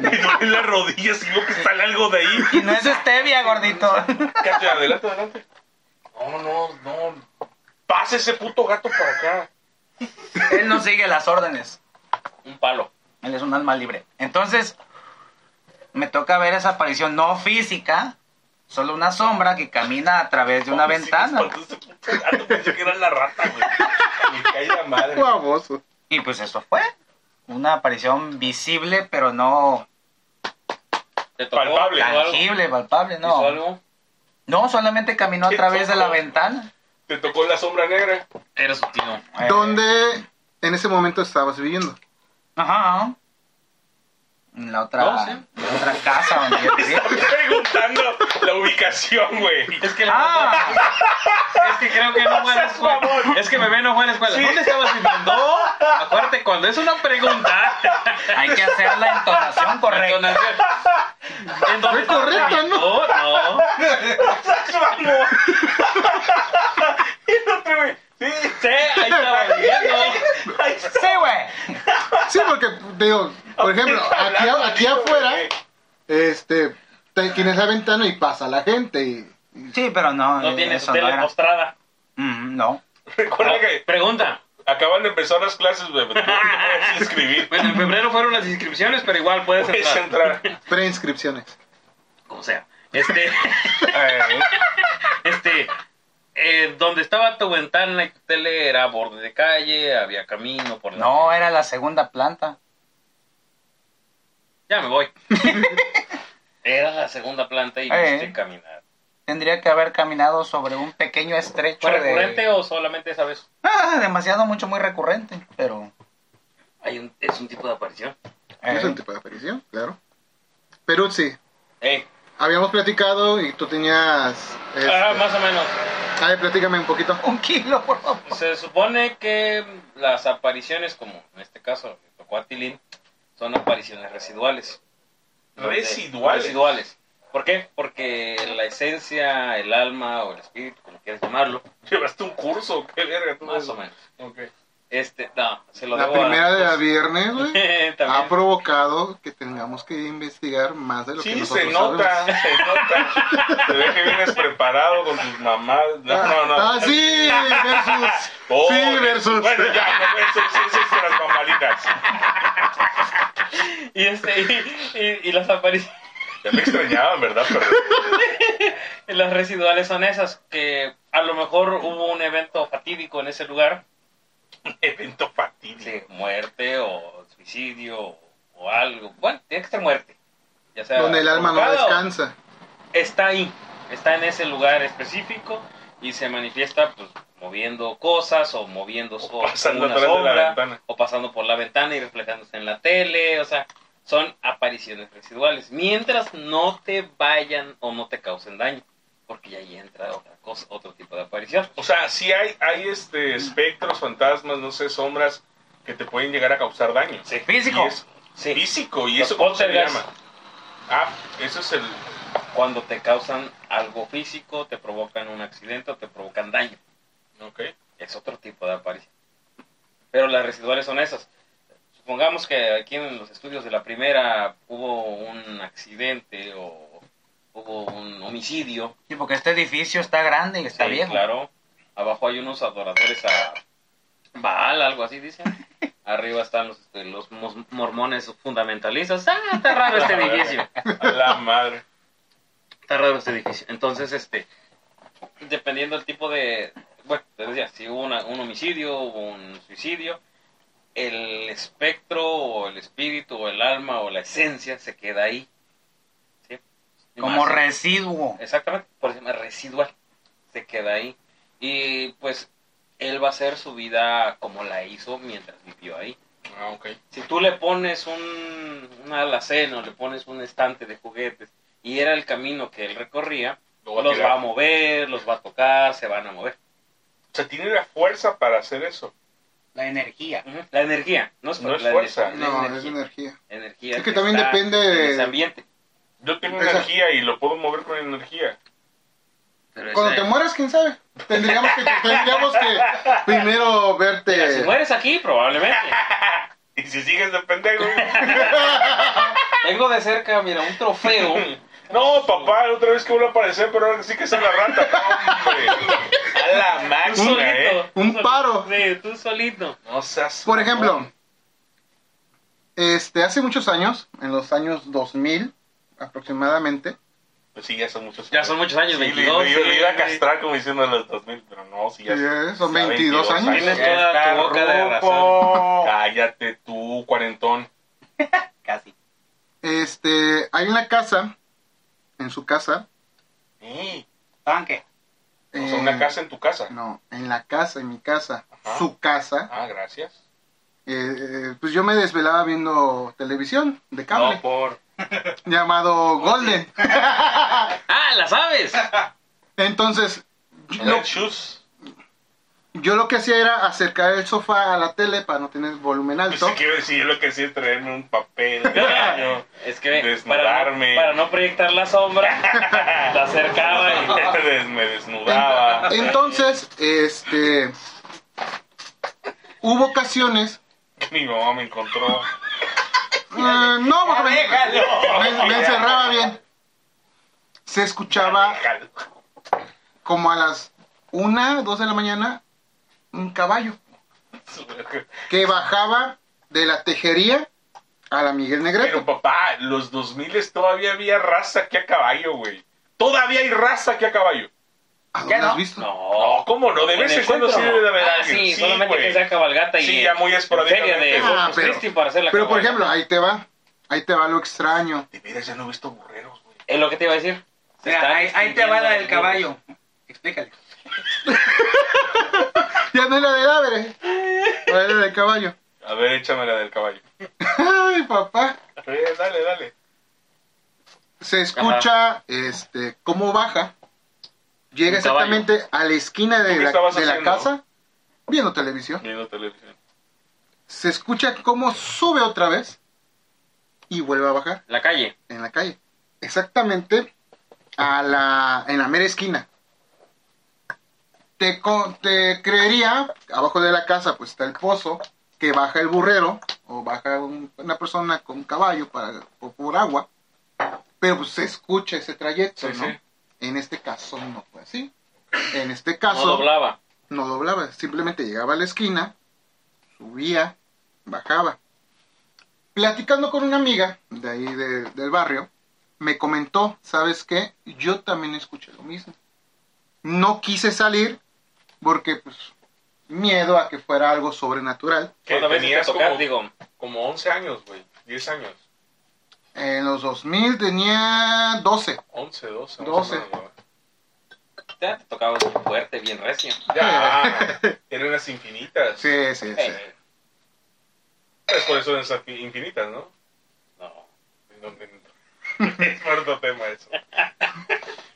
B: Me duelen las rodillas y veo que sale algo de ahí.
D: Y
C: [LAUGHS]
D: no es stevia, gordito.
B: Cacho, adelante, adelante. No, no, no. Pasa ese puto gato para acá.
D: Él no sigue las órdenes.
A: Un palo.
D: Él es un alma libre. Entonces, me toca ver esa aparición no física, solo una sombra que camina a través de una
A: Oh,
B: Sí, me
D: ventana.
B: espantó ese puto gato, pensé que era la rata, güey. Me caí la madre.
C: Guaboso.
D: Y pues eso fue. Una aparición visible, pero no
A: Te tocó,
B: Palpable.
A: hizo algo,
D: tangible, palpable,
A: hizo
D: no.
A: algo.
D: No, solamente caminó a
B: Qué
D: través de la
B: tonto.
D: ventana.
B: Te tocó la sombra negra.
A: Era su tío.
D: Eh,
C: ¿Dónde en ese momento estabas viviendo?
D: Ajá. En la otra,
A: No sé.
D: en la otra casa donde
A: [LAUGHS]
D: yo vivía.
B: Preguntando la ubicación, güey.
A: Es que,
D: Ah,
A: es que creo que
D: [LAUGHS]
A: no fue a la escuela. Es que bebé no fue a la escuela. ¿Dónde estabas viviendo? Acuérdate, cuando es una pregunta,
D: hay que hacer la entonación correcta.
A: ¿En dónde
C: Fue correcta,
A: estabas viviendo? No,
B: ¡Vamos! y el otro, güey. Sí.
A: Sí, ahí estaba viviendo.
B: Ay,
D: Sí, güey.
C: Sí, porque, digo, por
A: [LAUGHS]
C: ejemplo, aquí, a- aquí afuera, este, te- tienes la ventana y pasa la gente y...
D: Sí, pero no.
A: No
D: eh,
A: tienes
D: eso
A: tele
D: no era.
A: postrada.
D: Mm, no.
B: Recuerda que
A: Pregunta.
B: Acaban de empezar las clases, bebé. No puedes inscribir.
A: Bueno, en febrero fueron las inscripciones, pero igual puedes
B: Puedes
A: entrar.
B: entrar.
C: Preinscripciones.
A: Como sea.
D: [LAUGHS]
A: Este,
B: Ay,
A: este, eh, donde estaba tu ventana y tu tele era a borde de calle, había camino por la...
D: No, era la segunda planta.
A: Ya me
D: [LAUGHS]
A: voy. Era la segunda planta y
D: Eh.
A: viste caminar.
D: Tendría que haber caminado sobre un pequeño estrecho
A: ¿Fue recurrente
D: de...
A: o solamente esa vez?
D: Ah, demasiado mucho, muy recurrente, pero...
A: Hay un, es un tipo de aparición.
D: eh,
C: Es un tipo de aparición, claro. Peruzzi,
A: Eh,
C: habíamos platicado y tú tenías. este,
A: ah, más o menos.
C: A ver, platícame un poquito.
D: Un kilo, por favor.
A: Se supone que las apariciones, como en este caso me tocó a Tilín, son apariciones residuales. Donde-
B: Residuales.
A: Residuales. ¿Por qué? Porque la esencia, el alma o el espíritu, como quieras llamarlo,
B: Llevaste un curso. Qué verga. tú
A: más
B: ves.
A: o menos.
B: Ok.
A: Este, no, se lo
C: La
A: debo a-
C: primera de Ah, la viernes, güey,
A: [LAUGHS]
C: ha
A: También.
C: provocado que tengamos que investigar más de lo que
B: Sí,
C: nosotros
B: se nota,
C: sabemos.
B: se nota. Te ve que vienes preparado con tus mamás. No, no, no.
C: Ah, sí,
A: [LAUGHS]
C: versus.
B: Oh,
C: sí, versus.
B: Bueno, ya, no, versus, eso es de las mamalitas.
A: Y, este, y, y- y las apariciones,
B: Ya me extrañaban, ¿verdad? Pero
A: [LAUGHS] las residuales son esas, que a lo mejor hubo un evento fatídico en ese lugar,
B: evento fatídico.
A: sí, muerte o suicidio o, o algo, bueno, tiene que ser muerte. Ya sea
C: Donde el alma no
A: provocada o-
C: descansa.
A: está ahí, está en ese lugar específico y se manifiesta pues, moviendo cosas o moviendo so-
B: pasando
A: una
B: atrás de la
A: sombra,
B: ventana.
A: o pasando por la ventana y reflejándose en la tele, o sea, son apariciones residuales, mientras no te vayan o no te causen daño, porque ya ahí entra otra cosa, otro tipo de aparición.
B: O sea, sí hay, hay este espectros, fantasmas, no sé, sombras que te pueden llegar a causar daño.
A: Sí.
D: Físico.
B: Y es-
A: Sí,
B: Físico, ¿y
A: Los
B: eso cómo se le
A: poltergeist.
B: llama? Ah, eso es el...
A: cuando te causan algo físico, te provocan un accidente o te provocan daño.
B: Ok.
A: es otro tipo de aparición. Pero las residuales son esas. Supongamos que aquí en los estudios de la primera hubo un accidente o hubo un homicidio.
D: Sí, porque este edificio está grande y está
A: Sí,
D: viejo.
A: Claro. Abajo hay unos adoradores a Baal, algo así dicen. Arriba están los, este, los mos- mormones fundamentalistas. Ah, está raro este edificio.
B: A la madre.
A: Está raro este edificio. Entonces, este, dependiendo del tipo de, bueno, te decía, si hubo una- un homicidio, hubo un suicidio, el espectro o el espíritu o el alma o la esencia se queda ahí. ¿sí?
D: Como
A: Más-
D: residuo.
A: Exactamente, por eso se llama residual. Se queda ahí. Y pues él va a hacer su vida como la hizo mientras vivió ahí.
B: Ah, ok.
A: Si tú le pones un, un alaceno, le pones un estante de juguetes y era el camino que él recorría,
B: Lo va a
A: los
B: tirar.
A: va a mover, los va a tocar, se van a mover.
B: O sea, tiene la fuerza para hacer eso.
D: La energía.
A: La energía, no es,
B: No
A: la
B: es fuerza.
A: energía,
C: No, es
A: energía,
C: energía.
A: energía
C: Es que también
A: está
C: depende de-
A: en ese ambiente.
B: Yo tengo
C: Esa-
B: energía y lo puedo mover con energía.
A: Pero
C: Cuando
A: esa-
C: te mueras, quién sabe. Tendríamos que, tendríamos que primero
A: Mira, si
C: verte.
A: mueres aquí,
B: [LAUGHS]
A: probablemente.
B: Y si sigues de pendejo...
A: Tengo de cerca, mira, [LAUGHS] un trofeo.
B: No, papá, otra vez que vuelve a aparecer, pero ahora sí que es la rata. Hombre. A la
A: Tú
B: máxima, ¿eh?
A: tú
C: Un
A: solito.
C: paro.
A: Sí, tú solito.
B: No seas...
C: Por ejemplo,
B: mamón.
C: este, hace muchos años, en los años 2000 aproximadamente,
B: Pues sí, ya son muchos
A: Ya son muchos años,
B: Sí, le-
A: 22.
B: le, le iba a
A: sí.
B: castrar como diciendo en los 2000, pero no, si ya
C: eh, son
B: ya
C: 22 años.
A: Tienes
B: Ya
A: toda
B: está
A: tu boca de razón.
D: Oh,
B: Cállate tú, cuarentón.
D: casi.
C: Este, hay una casa, en su casa.
B: Sí,
D: Tanque.
B: o
C: eh,
B: sea, una casa en tu casa.
C: No, en la casa, en mi casa,
B: Ajá.
C: su casa.
B: Ah, gracias.
C: eh, eh, pues yo me desvelaba viendo televisión de cable,
A: No, por...
B: pues.
C: llamado Golden.
A: Ah, la
B: [LAUGHS]
A: sabes.
C: Entonces,
B: No. Chus.
C: yo lo que hacía era acercar el sofá a la tele para no tener volumen
B: Pues
C: alto.
B: sí, [LAUGHS] quiero decir, yo lo que hacía es traerme un papel
A: [LAUGHS]
B: de baño,
A: Es que para no,
B: Desnudarme.
A: para no proyectar la
B: [LAUGHS]
A: sombra, la acercaba y
B: des- me
C: [LAUGHS]
B: desnudaba.
C: Entonces, este. Hubo ocasiones.
B: Mi mamá me encontró.
C: eh, no, porque me, me- me encerraba bien. Se escuchaba como a las una, dos de la mañana un caballo. que bajaba de la tejería a la Miguel
B: Pero
C: Negrete.
B: papá, los 2000 todavía había raza que a caballo, güey. Todavía hay raza que a caballo.
C: ¿A
D: ¿qué
C: dónde
D: no?
C: has visto?
B: No, ¿cómo no? De
A: ¿En
B: vez en
A: el
B: cuando sí
A: centro, no?
B: debe de haber
A: Ah,
B: alguien.
A: sí, solamente
B: güey.
A: que sea cabalgata y
B: Sí, ya muy
A: feria
B: esporádicamente.
A: de
B: Ah,
A: Corpus
C: pero-
A: Christi para hacer la
C: Pero por
A: cabalgata.
C: ejemplo, ahí te va, ahí te va lo extraño.
B: De veras ya no he visto burreros, güey.
A: Es lo que te iba a decir. Se
D: [LAUGHS] Mira,
A: están
D: ahí, ahí te va la del
A: extinguiendo
D: caballo. Explícale.
C: Ya no era del ave, era del caballo.
B: A ver, échame la del caballo.
C: Ay, papá.
B: A ver, Eh, dale, dale.
C: Se escucha este cómo baja. Llega
A: Un caballo.
C: exactamente a la esquina
B: ¿Tú
C: de
B: qué
C: la,
B: estabas
C: de la
B: haciendo?
C: casa viendo televisión.
B: Viendo televisión.
C: Se escucha cómo sube otra vez y vuelve a bajar.
A: La calle.
C: en la calle. Exactamente a la, en la mera esquina. Te, co- te creería, abajo de la casa pues está el pozo, que baja el burrero o baja un- una persona con caballo para, por, por agua, pero pues se escucha ese trayecto,
B: Sí,
C: ¿no?
B: sí.
C: En este caso no fue así. En este
A: No
C: caso
A: doblaba.
C: no doblaba, simplemente llegaba a la esquina, subía, bajaba. Platicando con una amiga de ahí de- del barrio, me comentó, ¿sabes qué? Yo también escuché lo mismo. No quise salir porque, pues, miedo a que fuera algo sobrenatural.
B: Que
A: ¿Cuántas veces
B: tenías
A: te tocar?
B: como-
A: Digo,
B: Como 11 años, güey. 10 años.
C: En los 2000 tenía 12.
B: 11, 12.
C: 12.
B: años, güey.
A: ya te tocaba fuerte, bien recio.
C: [LAUGHS]
B: Ya. Eran las infinitas.
C: Sí, sí, sí.
A: Eh,
B: Es por eso eran esas infinitas, ¿no?
A: no.
B: No, no, [LAUGHS] no. Es muerto tema eso.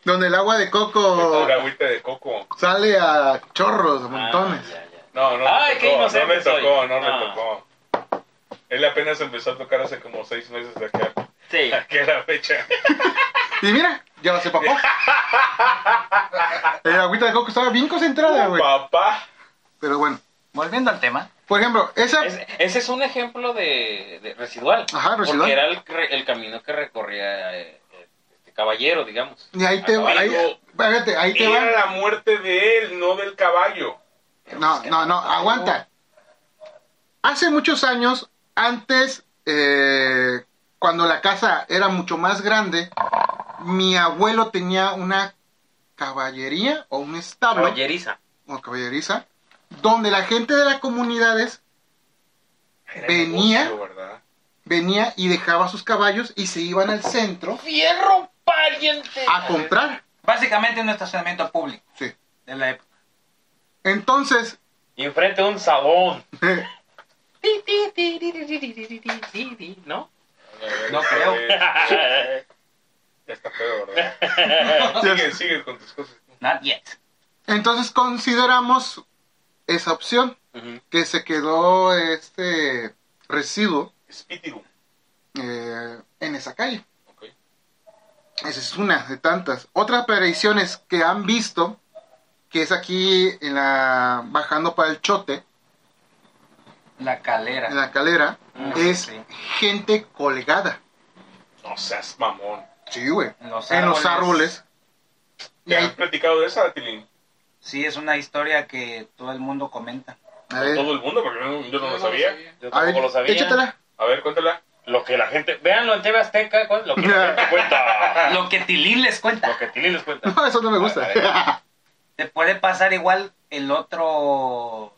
C: Donde el agua de
A: Oh.
C: coco
B: Pura agüita de coco.
C: sale a chorros, a
A: Ah,
C: montones.
A: ya, ya.
B: No, no
A: Ay,
B: me
A: qué
B: tocó, no
A: inocente
B: me tocó,
A: soy.
B: no me
A: Ah.
B: tocó. Él apenas empezó a tocar hace como seis meses [LAUGHS] de acá,
A: Sí.
D: [LAUGHS]
B: que la fecha.
C: Y mira, ya va a ser papá. El agüita de coco estaba bien concentrada, güey.
B: Papá.
C: Pero bueno,
D: Volviendo al tema.
C: por ejemplo, esa.
A: Es- ese es un ejemplo de, de residual.
C: Ajá, residual.
A: Porque era el, re- el camino que recorría eh, eh, este caballero, digamos.
C: Y ahí te
A: A caballo.
C: ahí, espérate, ahí te
B: Era
C: va.
B: la muerte de él, no del caballo.
C: No, no, no, aguanta. Hace muchos años, antes, eh, cuando la casa era mucho más grande, mi abuelo tenía una caballería o un establo.
A: Caballeriza.
C: o caballeriza, donde la gente de las comunidades
B: Era
C: Venía.
B: negocio, ¿verdad?
C: venía y dejaba sus caballos y se iban al centro
A: Fierro pariente.
C: a comprar.
D: Básicamente un estacionamiento público
C: Sí.
D: de la época.
C: Entonces,
A: Y enfrente un
C: [LAUGHS]
A: salón.
C: eh,
I: Ti, ti, ti, ri, ri, ri, ri, ri, ri, ri, ri,
A: ¿No?
D: No creo.
B: Eh, Ya está feo, ¿verdad?
A: [LAUGHS]
B: Sigue, sigue con tus cosas.
D: Not yet.
C: entonces consideramos esa opción
A: Ujú.
C: que se quedó este residuo
B: Spitirum.
C: eh, en esa calle.
B: Ok.
C: Esa es una de tantas. Otras apariciones que han visto, que es aquí en la bajando para el chote,
D: La calera.
C: en la calera,
H: Mm,
D: Ah,
C: es
D: sí.
C: gente colgada.
B: No seas mamón.
C: Sí, güey.
D: En los
C: En los árboles. Y
B: ¿Te
C: ahí
B: has platicado de esa, Tilín?
D: Sí, es una historia que todo el mundo comenta.
C: A ver,
B: Todo el mundo, porque yo no, yo no lo sabía.
A: Yo
C: a
A: tampoco
C: ver,
A: lo sabía.
C: échatela.
A: [LAUGHS]
B: A ver, cuéntala.
A: Lo que la gente. Véanlo en TV Azteca. ¿cuál? Lo que la gente
C: [LAUGHS]
A: cuenta.
D: Lo que Tilín les cuenta.
A: Lo que Tilín les cuenta.
C: No, eso no me gusta.
D: Te puede pasar igual el otro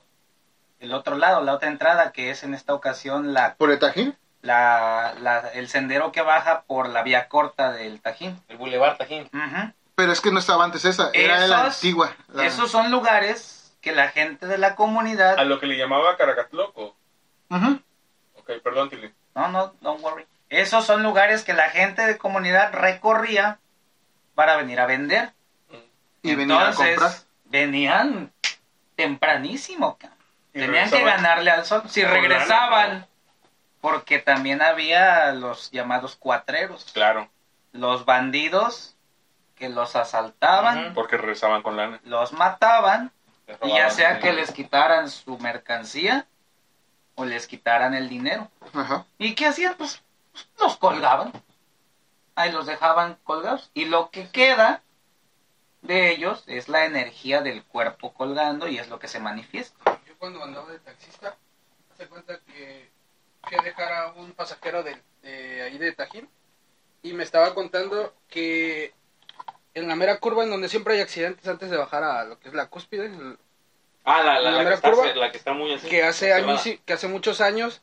D: el otro lado, la otra entrada que es en esta ocasión la
C: ¿Por el tajín?
D: la, la- el sendero que baja por la vía corta del Tajín.
A: El Boulevard Tajín.
D: Ujú.
C: Pero es que no estaba antes esa, era la
D: Esos-
C: antigua. la-
D: Esos son lugares que la gente de la comunidad
B: A lo que le llamaba Caracatloco.
C: Ujú.
B: Ok, perdón, Tilín.
D: No, no, don't worry. Esos son lugares que la gente de comunidad recorría para venir a vender.
C: Y venía a comprar.
D: Venían tempranísimo. ca.
B: Y
D: Tenían que
B: regresaban.
D: ganarle al sol. Si
B: Con lana,
D: regresaban, porque también había los llamados cuatreros,
B: Claro.
D: los bandidos que los asaltaban,
A: Ujú.
B: Porque regresaban con lana.
D: los mataban,
A: Les
D: y ya
A: robaban
D: sea
A: el
D: que
A: dinero.
D: les quitaran su mercancía o les quitaran el dinero.
C: Ajá.
D: ¿Y qué hacían? Pues los colgaban. Ahí los dejaban colgados. Y lo que queda de ellos es la energía del cuerpo colgando y es lo que se manifiesta. [LAUGHS]
B: Yo
G: cuando andaba de taxista, hace cuenta que fui a dejar a un pasajero de, de ahí de Tajín y me estaba contando que en la mera curva en donde siempre hay accidentes antes de bajar a lo que es la cúspide, el-
A: Ah, la, la,
G: la
A: la, que
G: mera
A: está,
G: curva,
A: la que está muy así.
G: que hace años,
A: elevada.
G: y- que hace muchos años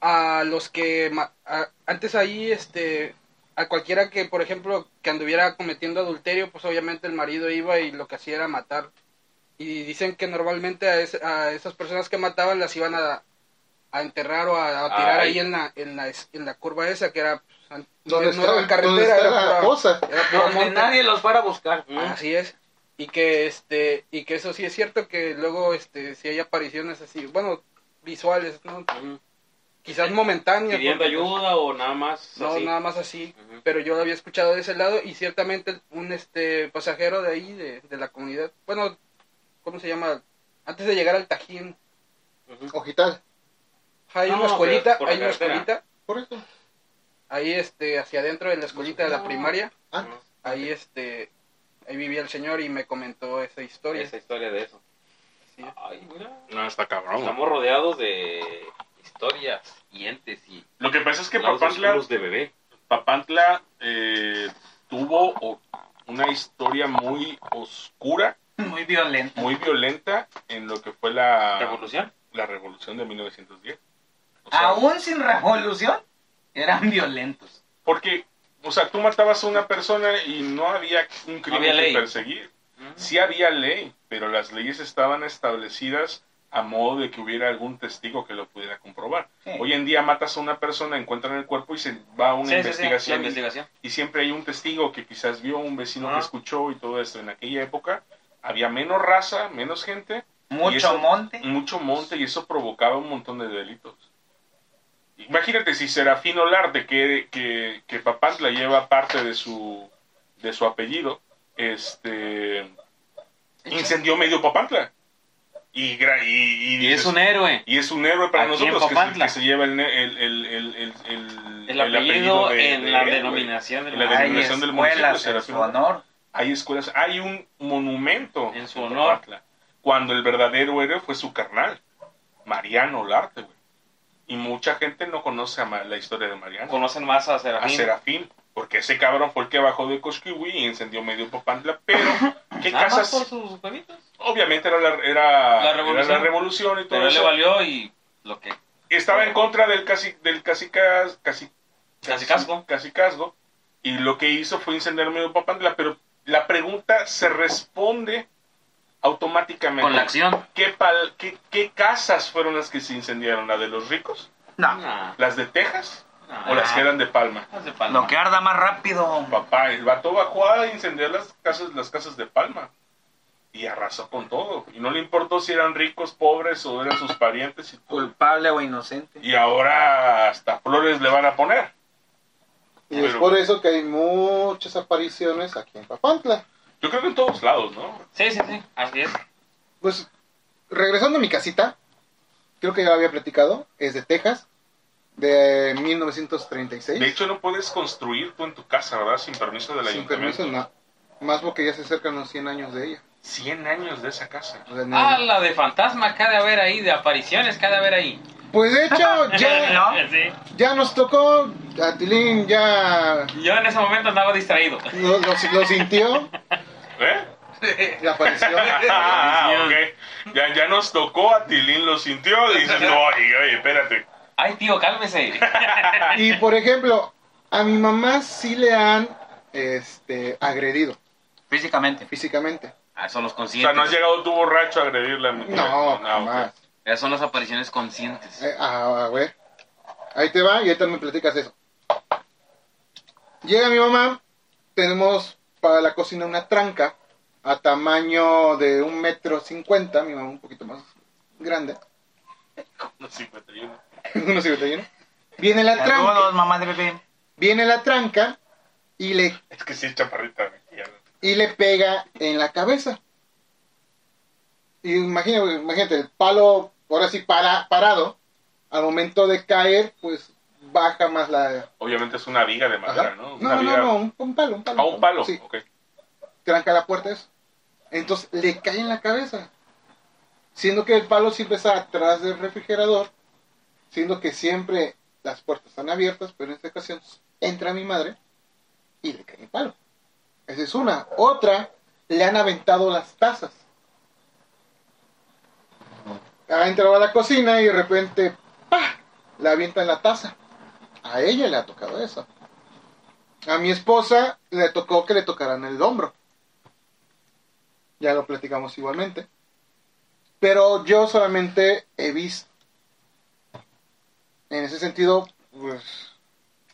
G: a los que ma- a- antes ahí este a cualquiera que por ejemplo que anduviera cometiendo adulterio pues obviamente el marido iba y lo que hacía era matar y dicen que normalmente a, es- a esas personas que mataban las iban a, a enterrar o a, a tirar
A: Ay.
G: ahí en la en la es- en la curva esa que era pues, an-
C: ¿Dónde
G: no
C: está,
G: era carretera,
C: dónde está
G: era
C: la
G: pura-
C: cosa?
G: era puro
D: Donde
G: monte.
D: nadie los fuera a buscar.
A: Mm.
G: Así es. Y que este y que eso sí es cierto que luego este si hay apariciones así, bueno, visuales, ¿no?
A: Ujú.
G: Quizás momentáneas.
A: Pidiendo
G: porque, pues,
A: ayuda o nada más.
G: No,
A: así.
G: nada más así,
A: Ujú.
G: pero yo lo había escuchado de ese lado y ciertamente un este pasajero de ahí de, de la comunidad, bueno, ¿cómo se llama? Antes de llegar al Tajín,
A: Ujú.
C: Ojital.
G: hay
A: No,
G: una escuelita,
A: pero por la
G: hay una
A: carretera.
G: escuelita,
C: Por eso.
G: ahí este hacia adentro de la escuelita de la primaria,
C: Antes.
G: ahí este ahí vivía el señor y me comentó esa historia.
A: Esa historia de eso.
G: Así es.
A: Ay, mira.
B: No, está cabrón.
A: Estamos rodeados de historias y entes y
B: Lo que pasa es que
A: lados
B: Papantla,
A: oscuros de bebé.
B: Papantla eh, tuvo o- una historia muy oscura,
D: Muy violento.
B: muy violenta en lo que fue la
A: ¿Revolución?
B: la revolución de 1910. O sea,
D: Aún sin revolución, eran violentos.
B: Porque, o sea, tú matabas a una persona y no había un crimen
A: había
B: que
A: ley.
B: perseguir. Sí había ley, pero las leyes estaban establecidas a modo de que hubiera algún testigo que lo pudiera comprobar.
D: Sí.
B: Hoy en día matas a una persona, encuentran el cuerpo y se va a una
A: Sí, sí, sí, la
B: investigación.
A: investigación.
B: Y siempre hay un testigo que quizás vio, un vecino
A: Ajá.
B: que escuchó y todo esto. En aquella época había menos raza, menos gente,
D: Mucho
B: Y eso-
D: monte.
B: mucho monte y eso provocaba un montón de delitos. Imagínate si Serafín Olarte, que, que, que Papantla lleva parte de su, de su apellido, este incendió medio Papantla. Y, gra- y, y
A: Y es
B: dices-
A: un héroe.
B: y es un héroe para
A: Aquí en
B: nosotros que se,
A: Papantla.
B: que se lleva el, ne- el, el, el, el, el-
A: El
B: el
A: apellido
B: de-
A: en
B: de
A: la
B: él, güey.
A: denominación del
B: En la
A: lugar.
D: Hay
B: denominación del municipio,
D: escuelas en
B: Serafín.
D: su honor.
B: Hay escuelas, hay un monumento
A: En su honor.
B: Papantla, cuando el verdadero héroe fue su carnal, Mariano Olarte, güey. Y mucha gente no conoce a Ma- la historia de Mariano,
A: Conocen más a
B: a
A: Serafín.
B: Serafín, porque ese cabrón fue el que bajó de Cosquihui y encendió medio Popantla,
A: [COUGHS]
B: pero ¿qué
A: Nada más
B: casas?
A: por sus huevitos.
B: Obviamente era la, era,
A: La
B: era
A: revolución.
B: la revolución y todo
A: Pero él le
B: eso.
A: valió y lo que.
B: Estaba en contra del casi del casicas- casi
A: Cacicazgo.
B: Cacicazgo. Y lo que hizo fue incendiar medio Papantla, pero la pregunta se responde automáticamente.
A: Con la acción.
B: ¿Qué, pal- qué, qué casas fueron las que se incendiaron? ¿La de los ricos?
D: No.
A: Nah,
B: ¿Las de Texas?
A: nah.
B: ¿O las que eran de Palma?
A: Haz Ah, de palma.
D: Lo que arda más rápido.
B: Papá, el vato bajó a incendiar las casas, las casas de Palma. Y arrasó con todo. Y no le importó si eran ricos, pobres o eran sus parientes y todo.
D: Culpable o inocente.
B: Y ahora hasta flores le van a poner.
C: Y es
B: Pero-
C: por eso que hay muchas apariciones aquí en Papantla.
B: Yo creo que en todos lados, ¿no?
A: Sí, sí, sí. Así es.
C: Pues, regresando a mi casita, creo que ya lo había platicado, es de Texas, de 1936.
B: De hecho, no puedes construir tú en tu casa, ¿verdad? Sin permiso del
C: sin
B: ayuntamiento.
C: permiso, no. Más porque ya se acercan los 100 años de ella.
B: 100 años de esa casa.
C: O sea, no-
A: Ah, la de fantasma, cada haber ahí, de apariciones, cada haber ahí.
C: Pues de
A: [LAUGHS]
C: hecho, ya,
D: ¿No?
A: Sí.
C: ya nos tocó, a Tilín ya
A: Yo en ese momento andaba distraído.
C: lo, lo- lo sintió,
B: ¿Eh?
A: [LAUGHS]
C: la aparición.
B: [LAUGHS] Ah, ok. Ya, ya nos tocó, a Tilín lo sintió. Dices, no, oye, oye, espérate.
A: Ay, tío, cálmese.
B: [LAUGHS]
C: Y por ejemplo, a mi mamá sí le han este, agredido
D: Físicamente.
C: físicamente.
A: Ah, son los
B: O sea,
A: conscientes.
B: no has llegado tú borracho a agredirla.
C: No,
B: Ah, ok.
C: jamás.
A: Esas son las apariciones conscientes.
C: Eh, a, a ver. Ahí te va y ahorita me platicas eso. Llega mi mamá, tenemos para la cocina una tranca a tamaño de un metro cincuenta, mi mamá un poquito más grande, [LAUGHS]
B: Unos 51.
C: unos 51. Viene la tranca,
D: Saludos, mamá de bebé.
C: viene la tranca y le,
B: Es que sí es chaparrita. güey, ya no.
C: y le pega en la cabeza. Y imagina- imagínate, el palo, ahora sí para, parado, al momento de caer, pues baja más la,
B: Obviamente es una viga de madera,
C: Ajá.
B: ¿no?
C: No,
B: Una
C: no,
B: viga-
C: no, un, un palo, un palo.
B: Ah, un palo.
C: Sí,
B: ok.
C: tranca la puerta eso. Entonces le cae en la cabeza. siendo que el palo siempre está atrás del refrigerador, siendo que siempre las puertas están abiertas, pero en esta ocasión entra mi madre y le cae el palo. Esa es una. Otra, le han aventado las tazas. Ha entrado a la cocina y de repente, ¡pah! Le avientan la taza. A ella le ha tocado eso. A mi esposa le tocó que le tocaran el hombro. Ya lo platicamos igualmente. Pero yo solamente he visto. En ese sentido, pues,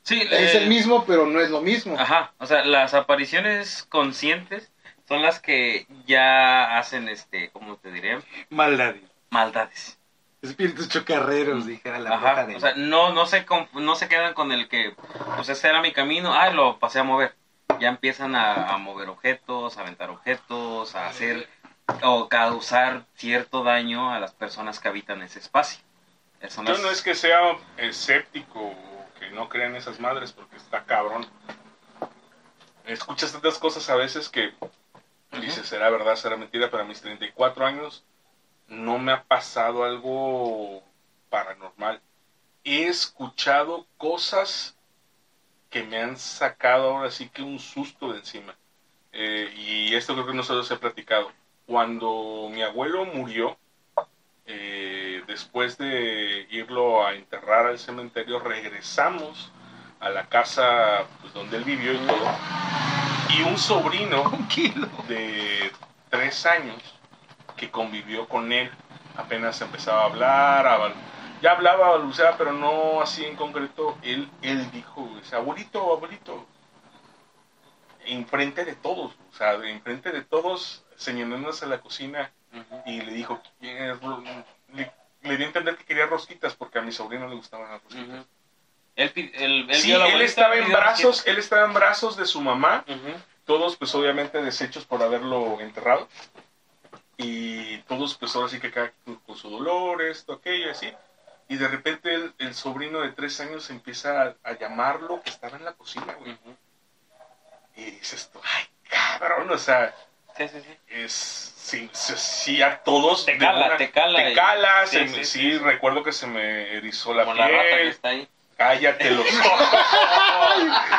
A: Sí,
C: es
A: eh,
C: el mismo, pero no es lo
A: [LAUGHS]
C: mismo.
A: Ajá, o sea, las apariciones conscientes son las que ya hacen, este, ¿cómo te diré?
B: Maldad.
A: Maldades.
D: Espíritus chocarreros, dijera la
A: Ajá,
D: puta de-
A: o sea, no, no, se conf- no se quedan con el que, pues este era mi camino, ah, lo pasé a mover. Ya empiezan a, a mover objetos, a aventar objetos, a hacer o causar cierto daño a las personas que habitan ese espacio. Esas son
B: Yo
A: las-
B: no es que sea escéptico o que no crean esas madres, porque está cabrón. Escuchas tantas cosas a veces que dices, será verdad, será mentira, pero a mis 34 años no me ha pasado algo paranormal. He escuchado cosas que me han sacado ahora sí que un susto de encima. Eh, y esto creo que nosotros he platicado. Cuando mi abuelo murió, eh, después de irlo a enterrar al cementerio, regresamos a la casa pues, donde él vivió y todo. Y un sobrino de tres años que convivió con él, apenas empezaba a hablar, a- ya hablaba, balbuceaba, pero no así en concreto. Él, él dijo, dice, abuelito, abuelito, enfrente de todos, o sea, enfrente de todos, señalándonos a la cocina,
A: Ujú.
B: y le dijo, "¿Quieres ro- le, le di a entender que quería rosquitas porque a mi sobrino le gustaban las rosquitas.
A: Ujú. Él, pi- él- él
B: Sí,
A: vio a la
B: él
A: abuelita,
B: estaba en
A: pidió los
B: brazos, él estaba en brazos de su mamá,
A: siete. Ujú.
B: todos pues obviamente deshechos por haberlo enterrado. Y todos pues ahora sí que cada quien con su dolor, esto, aquello, y así. Y de repente el, el sobrino de tres años empieza a, a llamarlo que estaba en la cocina, güey.
A: Ujú.
B: Y dices tú, ay, cabrón, o sea,
A: Sí, sí, sí.
B: es sí, sí, sí, a todos
A: Te
B: de
A: cala,
B: una-
A: te cala.
B: te
A: y-
B: cala
A: sí,
B: se me- sí,
A: sí, sí.
B: recuerdo que se me erizó la
A: Como la
B: piel
A: rata que está ahí. [LAUGHS]
B: cállate los ojos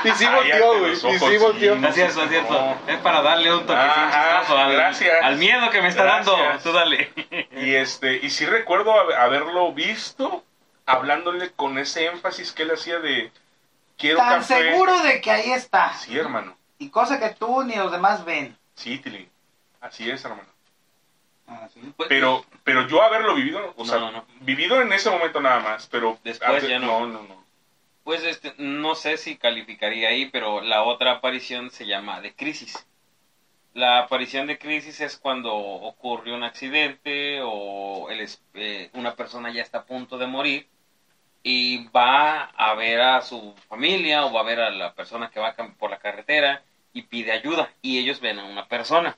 C: Y sí
B: Cállate
C: volteó, güey. Y
B: los
C: sí
B: ojos,
C: volteó.
B: sí.
A: No es cierto, es cierto. Es para darle un toquecito
B: Ajá,
A: chistoso al,
B: gracias.
A: al miedo que me está dando.
B: Gracias.
A: Tú dale.
B: y este y sí recuerdo hab- haberlo visto hablándole con ese énfasis que él hacía de quiero
D: Tan
B: café
D: seguro de que ahí está.
B: sí hermano
D: Y cosa que tú ni los demás ven.
B: sí Tilín así es hermano
D: Ah, sí.
A: Pues,
B: pero pero yo haberlo vivido o sea
A: No, no.
B: vivido en ese momento nada más pero
A: Después ya no.
B: no no
A: Pues este, no sé si calificaría ahí, pero la otra aparición se llama de crisis. La aparición de crisis es cuando ocurre un accidente o el es- eh, una persona ya está a punto de morir y va a ver a su familia o va a ver a la persona que va cam- por la carretera y pide ayuda y ellos ven a una persona.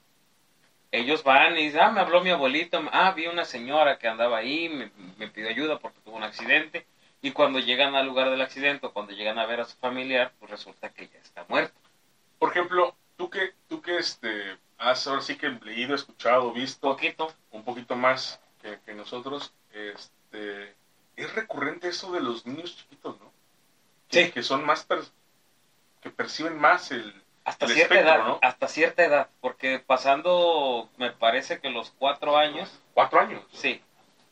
A: Ellos van y dicen, ah, me habló mi abuelito, ah, vi una señora que andaba ahí, me- me pidió ayuda porque tuvo un accidente. Y cuando llegan al lugar del accidente, o cuando llegan a ver a su familiar, pues resulta que ya está muerto.
B: por ejemplo tú que tú que este has ahora sí que leído escuchado visto
A: Poquito.
B: un poquito más que, que nosotros, este, es recurrente eso de los niños chiquitos, ¿no? Que,
A: Sí.
B: que son más, per- que perciben más el...
A: Hasta
B: El
A: cierta
B: espectro,
A: edad,
B: ¿no?
A: hasta cierta edad, porque pasando, me parece que los cuatro años,
B: Cuatro años.
A: sí,
D: Bebé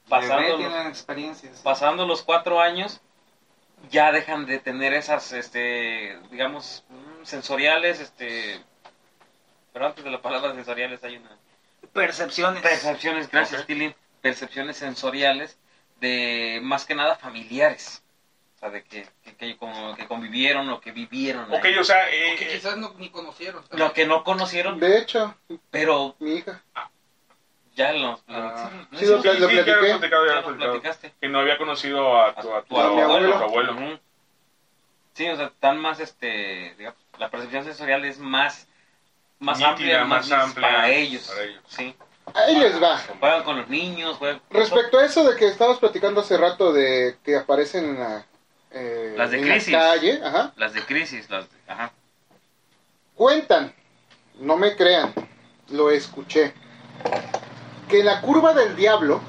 A: pasando los,
D: tienen experiencias.
A: pasando los cuatro años, ya dejan de tener esas, este, digamos, mm, sensoriales, este, pero antes de la palabra sensoriales hay una...
D: Percepciones.
A: Percepciones, gracias
B: Ok.
A: Tilín. Percepciones sensoriales de más que nada familiares. O sea, de que, que, que como que convivieron o que vivieron.
B: Ok,
A: ahí.
B: o sea, eh,
G: Que
B: eh,
G: quizás no, ni conocieron. ¿sabes?
A: Lo que no conocieron,
C: De hecho,
A: pero
C: mi hija.
A: ya lo, lo-
B: Ah.
A: sí,
C: Sí, lo
A: sí,
C: pla-
B: sí, ya
C: platiqué.
B: lo platicado, ya
A: ya
B: lo
A: lo
B: platicado.
A: platicaste.
B: que no había conocido a tu, a tu
C: a mi
B: abuelo,
C: abuelo.
B: a tu abuelo.
A: Ujú. Sí, o sea, tan más, este, digamos, la percepción sensorial es más, más
B: Nítida,
A: amplia,
B: más
A: más, amplia
B: amplia
A: para ellos.
B: para ellos.
A: Sí,
C: Ahí les va.
A: juegan con los niños, juegan
C: Respecto a eso de que estabas platicando hace rato de que aparecen en la, eh,
A: Las de
C: en
A: crisis.
C: la calle, ajá,
A: las de crisis, las de- ajá.
C: cuentan, no me crean, lo escuché, que la curva del diablo,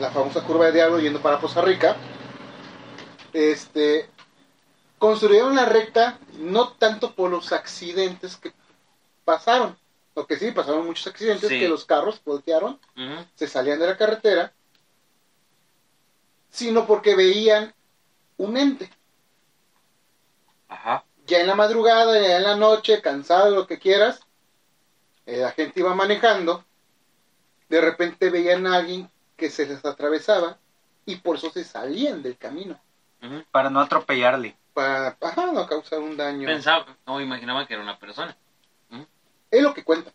C: la famosa curva del diablo yendo para Poza Rica, este, construyeron la recta no tanto por los accidentes que pasaron, porque sí, pasaron muchos accidentes
D: Sí.
C: que los carros voltearon,
A: Ujú.
C: se salían de la carretera, sino porque veían un ente.
A: Ajá.
C: ya en la madrugada, ya en la noche, cansado, lo que quieras, eh, la gente iba manejando, de repente veían a alguien que se les atravesaba y por eso se salían del camino,
D: Para no atropellarle.
C: para ajá, no causar un daño.
A: Pensaba, no imaginaba que era una persona.
C: Es lo que cuenta.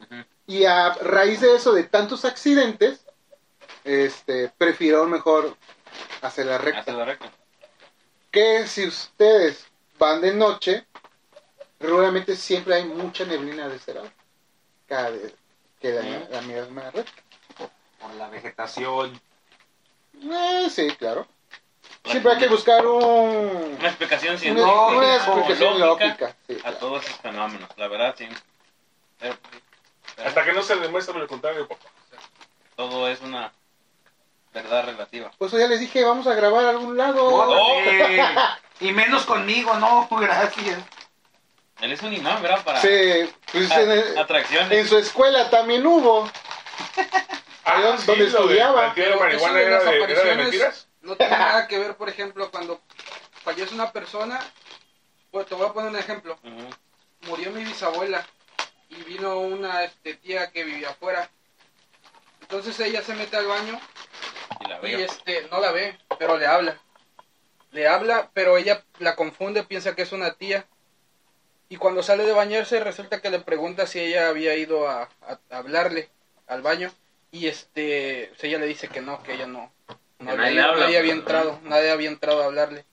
A: Ujú.
C: Y a raíz de eso, de tantos accidentes, este, prefirieron mejor hacer la recta.
A: Hace la recta.
C: que si ustedes van de noche, realmente siempre hay mucha neblina de ese lado. Cada vez que la,
A: ¿Eh?
C: la miras más recta.
D: Por la vegetación.
C: Eh, sí, claro. Siempre hay que buscar un,
A: Una explicación
C: una,
A: científica.
C: una
A: o
C: explicación
A: lógica
C: lógica. sí,
A: A
C: claro.
A: todos esos fenómenos, la verdad, sí. Pero pues,
B: Hasta que no se demuestre lo contrario, papá.
A: todo es una verdad relativa.
C: Por eso ya les dije, vamos a grabar a algún lado.
D: Oh. Órale. [LAUGHS] Y menos conmigo, no, [LAUGHS] gracias.
A: Él es un imán, ¿verdad? Para
C: Sí, pues
A: a-
C: en, el- en
A: atracciones.
C: su escuela también hubo. Ahí donde- donde
B: Ah, lo de
C: estudiaba.
B: planteo de
G: Pero eso
B: marihuana
G: de
B: era
G: las
B: de, era de
G: apariciones
B: mentiras?
G: No tiene nada que ver, por ejemplo, cuando fallece una persona. Pues te voy a poner un ejemplo.
A: Ujú.
G: Murió mi bisabuela y vino una este, tía que vivía afuera. Entonces ella se mete al baño
A: Y la
G: y
A: veo.
G: este no la ve, pero le habla. Le habla, pero ella la confunde, piensa que es una tía. Y cuando sale de bañarse, resulta que le pregunta si ella había ido a, a- a hablarle al baño. Y este, pues, ella le dice que no, que ella no.
A: Que
G: No
A: nadie
G: había,
A: le habla,
G: nadie había
A: pues,
G: entrado, nadie había entrado a hablarle.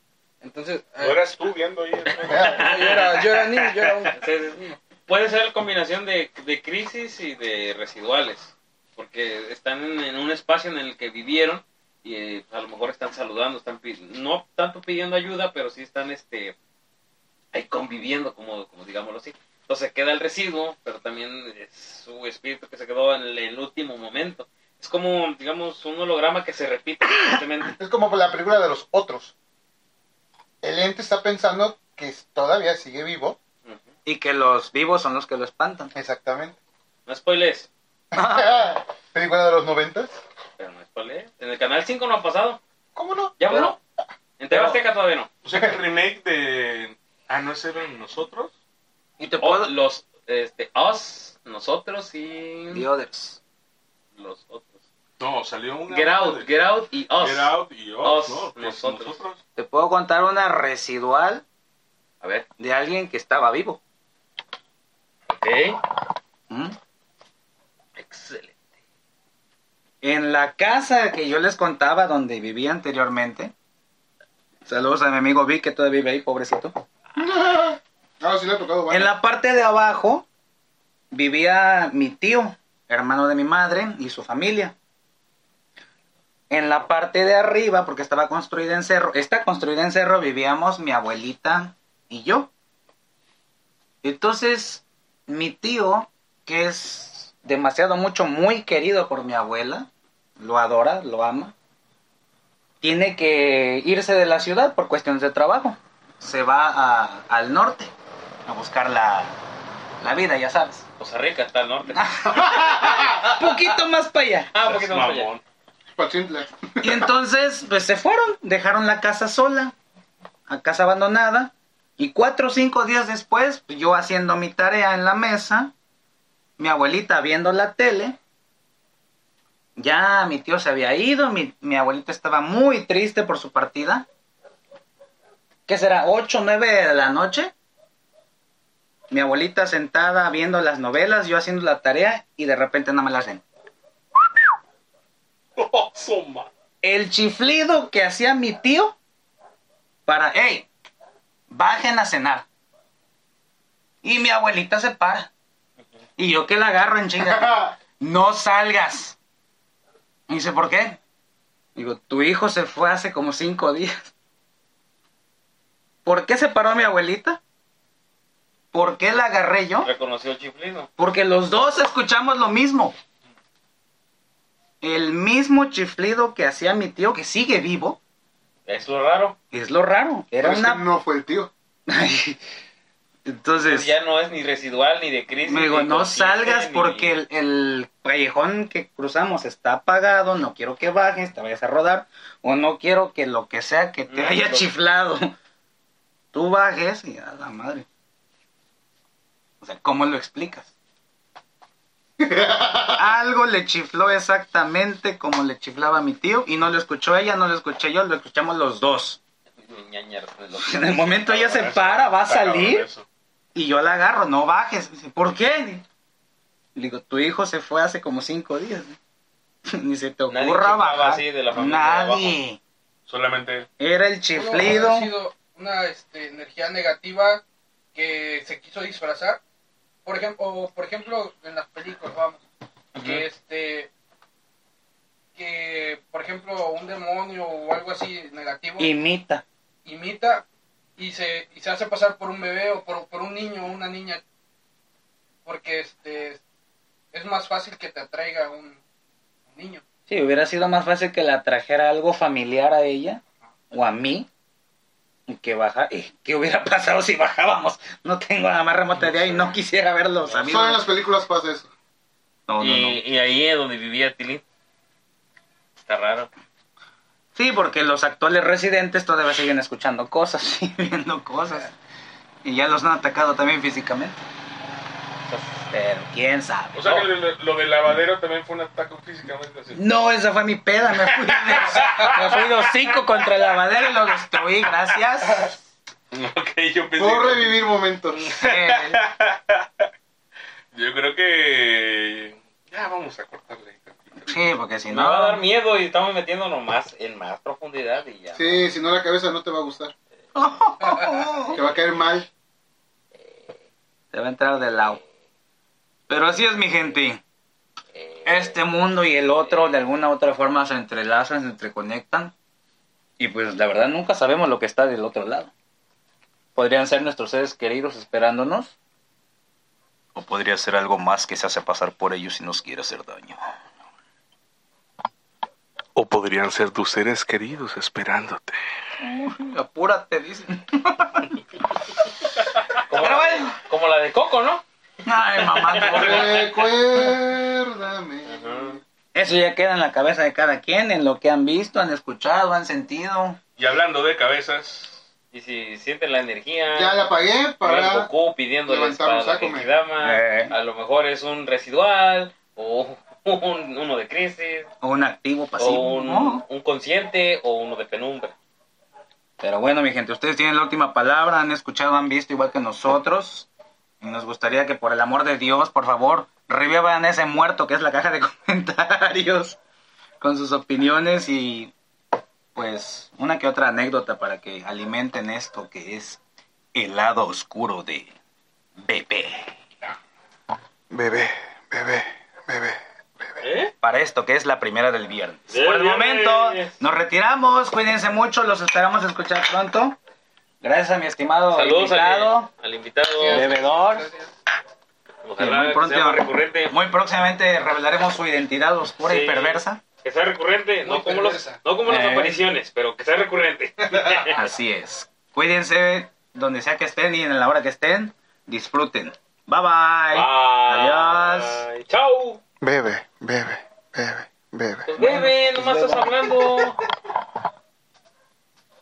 G: Entonces,
B: ¿No
G: eh,
B: eras tú viendo ahí?
G: no, yo, era, yo era niño, yo era un-
A: Sí, sí, sí. Puede ser combinación de, de crisis y de residuales, porque están en, en un espacio en el que vivieron y eh, a lo mejor están saludando, están pi- no tanto pidiendo ayuda, pero sí están este ahí conviviendo, como, como digámoslo así. Entonces queda el residuo, pero también es su espíritu que se quedó en el, el último momento. Es como, digamos, un holograma que se repite constantemente.
C: Es como la película de los otros. El ente está pensando que todavía sigue vivo.
A: Ujú.
D: Y que los vivos son los que lo espantan.
C: Exactamente. [LAUGHS]
A: No spoilees,
C: película de los noventas.
A: pero no spoilees. En el canal 5 no ha pasado.
C: ¿Cómo no?
A: ¿Ya
D: Pero-
A: bueno? En TV Azteca todavía no.
B: O sea, que el remake de... Ah, ¿no es eran nosotros?
D: Y te
A: O-
D: puedo...
A: los, este, us, nosotros y
D: The others.
A: los otros.
B: No, salió una...
A: Get out,
B: de-
A: get out y us.
B: Get Out y
A: Us,
B: Oz, ¿no? Que es
A: nosotros.
B: nosotros.
D: Te puedo contar una residual
A: A ver,
D: de alguien que estaba vivo.
A: ok.
D: ¿Mm?
A: Excelente.
D: En la casa que yo les contaba donde vivía anteriormente. Saludos a mi amigo Vic que todavía vive ahí, pobrecito.
C: No, Ah, sí le ha tocado. varias.
D: En la parte de abajo vivía mi tío, hermano de mi madre y su familia. En la parte de arriba, porque estaba construida en cerro, está construida en cerro, vivíamos mi abuelita y yo. Entonces, mi tío, que es demasiado mucho, muy querido por mi abuela, lo adora, lo ama, tiene que irse de la ciudad por cuestiones de trabajo. Se va a- al norte a buscar la, la vida, ya sabes.
A: Costa Rica está al norte.
D: Poquito más para allá.
A: Ah,
B: Seas
A: porque Ah, no más allá.
B: mamón.
C: Paciente.
D: Y entonces, pues se fueron, dejaron la casa sola, a casa abandonada. Y cuatro o cinco días después, pues, yo haciendo mi tarea en la mesa, mi abuelita viendo la tele. Ya mi tío se había ido, mi, mi abuelita estaba muy triste por su partida. ¿Qué será? ¿8 nueve de la noche? Mi abuelita sentada viendo las novelas, yo haciendo la tarea y de repente no me las den.
B: Oh, soma.
D: el chiflido que hacía mi tío para, hey, bajen a cenar. Y mi abuelita se para. Y yo que la agarro en chinga. No salgas. Y dice, ¿por qué? Digo, tu hijo se fue hace como cinco días. ¿Por qué se paró mi abuelita? ¿Por qué la agarré yo?
A: Reconoció el chiflido.
D: Porque los dos escuchamos lo mismo. el mismo chiflido que hacía mi tío que sigue vivo.
A: Es lo raro.
D: Es lo raro. Era
C: Pero es que
D: una... [LAUGHS]
C: No fue el tío.
D: Entonces...
A: Pues Ya no es ni residual ni de crisis.
D: Me digo,
A: ni
D: no
A: consciente,
D: salgas
A: ni-
D: porque el, el callejón que cruzamos está apagado, no quiero que bajes, te vayas a rodar, o no quiero que lo que sea que te
A: No,
D: haya
A: lo-
D: chiflado, [LAUGHS] tú bajes y a la madre. O sea, ¿cómo
A: [LAUGHS]
D: lo explicas? Algo le chifló exactamente como le chiflaba a mi tío y no lo escuchó ella, no lo escuché yo, lo escuchamos los
A: [LAUGHS]
D: dos.
A: Ñañar, pues,
D: [LAUGHS]
A: lo-
D: En el momento ella se para, va a
B: Está cabrón
A: ¿eh?
D: salir
B: eso.
D: y yo la agarro, no bajes. Dice, ¿por qué? Le digo, tu hijo se fue hace como cinco días. [LAUGHS] Ni se te
A: Nadie
D: ocurra
A: chiflaba
D: bajar.
A: así de la familia de
D: Nadie.
B: Solamente
D: Era el
G: Pudo
D: chiflido.
G: haber sido una este, energía negativa que se quiso disfrazar. Por ejemplo, o por ejemplo en las películas, vamos, que este que por ejemplo un demonio o algo así negativo
D: Imita.
G: imita y se, y se hace pasar por un bebé o por, por un niño o una niña porque este es más fácil que te atraiga un, un niño.
D: Sí, hubiera sido más fácil que la trajera algo familiar a ella o a mí. Que baja, eh, ¿qué hubiera [LAUGHS] pasado si bajábamos? No tengo la más remota idea y no quisiera verlos a mí.
C: Solo en las películas pasa eso.
D: No, no, no.
A: y, y ahí es donde vivía Tilín. Está raro.
D: Sí, porque los actuales residentes todavía siguen escuchando cosas [LAUGHS] y viendo cosas. Y ya los han atacado también físicamente. Pero quién sabe.
B: O sea que lo, lo del lavadero también fue un ataque físicamente así.
D: No, esa fue mi peda. Me fui de, me fui de hocico contra el lavadero y lo destruí, gracias.
B: [LAUGHS] Ok, yo pensé.
C: Puedo revivir momentos.
D: Eh,
B: Yo creo que. Ya vamos a cortarle. tantito.
D: sí, porque si
A: Me va a dar
D: no.
A: miedo y estamos metiéndonos más en más profundidad y ya.
C: Sí, si no la cabeza no te va a gustar.
D: [LAUGHS]
C: Te va a caer mal.
D: Te va a entrar de lado. Pero así es, mi gente. Este mundo y el otro de alguna u otra forma se entrelazan, se interconectan. Y pues la verdad nunca sabemos lo que está del otro lado. Podrían ser nuestros seres queridos esperándonos. O podría ser algo más que se hace pasar por ellos y nos quiere hacer daño.
E: O podrían ser tus seres queridos esperándote.
D: Apúrate, [LAUGHS] dicen.
A: Como,
D: Pero
A: la, de-
D: bueno.
A: como la de Coco, ¿no? [LAUGHS]
D: Ay, mamá.
C: Recuérdame.
D: Eso ya queda en la cabeza de cada quien, en lo que han visto, han escuchado, han sentido.
B: Y hablando de cabezas.
A: Y si sienten la energía.
C: Ya la pagué
A: para
C: para.
A: Goku pidiéndoles
C: levantar
A: para
C: un
A: la
C: saco, me-
A: Genkidama.
D: Eh.
A: A lo mejor es un residual o un- uno de crisis
D: O un activo pasivo.
A: o un,
D: ¿no?
A: un consciente o uno de penumbra.
D: Pero bueno, mi gente, ustedes tienen la última palabra, han escuchado, han visto igual que nosotros. Y nos gustaría que por el amor de Dios, por favor, revivan ese muerto que es la caja de [LAUGHS] comentarios con sus opiniones y pues una que otra anécdota para que alimenten esto que es el lado oscuro de Bebé.
E: Bebé, bebé, bebé.
A: ¿Eh?
D: Para esto que es la primera del viernes. Por el momento, nos retiramos, cuídense mucho, los esperamos escuchar pronto. Gracias a mi estimado
A: Saludos al-
D: invitado.
A: al, invitado.
D: Bebedor.
A: Ojalá
D: muy
A: que
D: pronto.
A: sea más recurrente.
D: Muy próximamente revelaremos su identidad oscura y
A: Sí.
D: perversa.
A: Que sea recurrente,
G: Muy
A: no como, los-
G: perversa.
A: no como las
D: Eh.
A: apariciones, pero que sea
G: [LAUGHS]
A: recurrente.
D: Así es. Cuídense donde sea que estén y en la hora que estén. Disfruten. Bye bye.
A: Bye.
D: Adiós.
A: Chau.
E: Bebé.
A: Pues
D: pues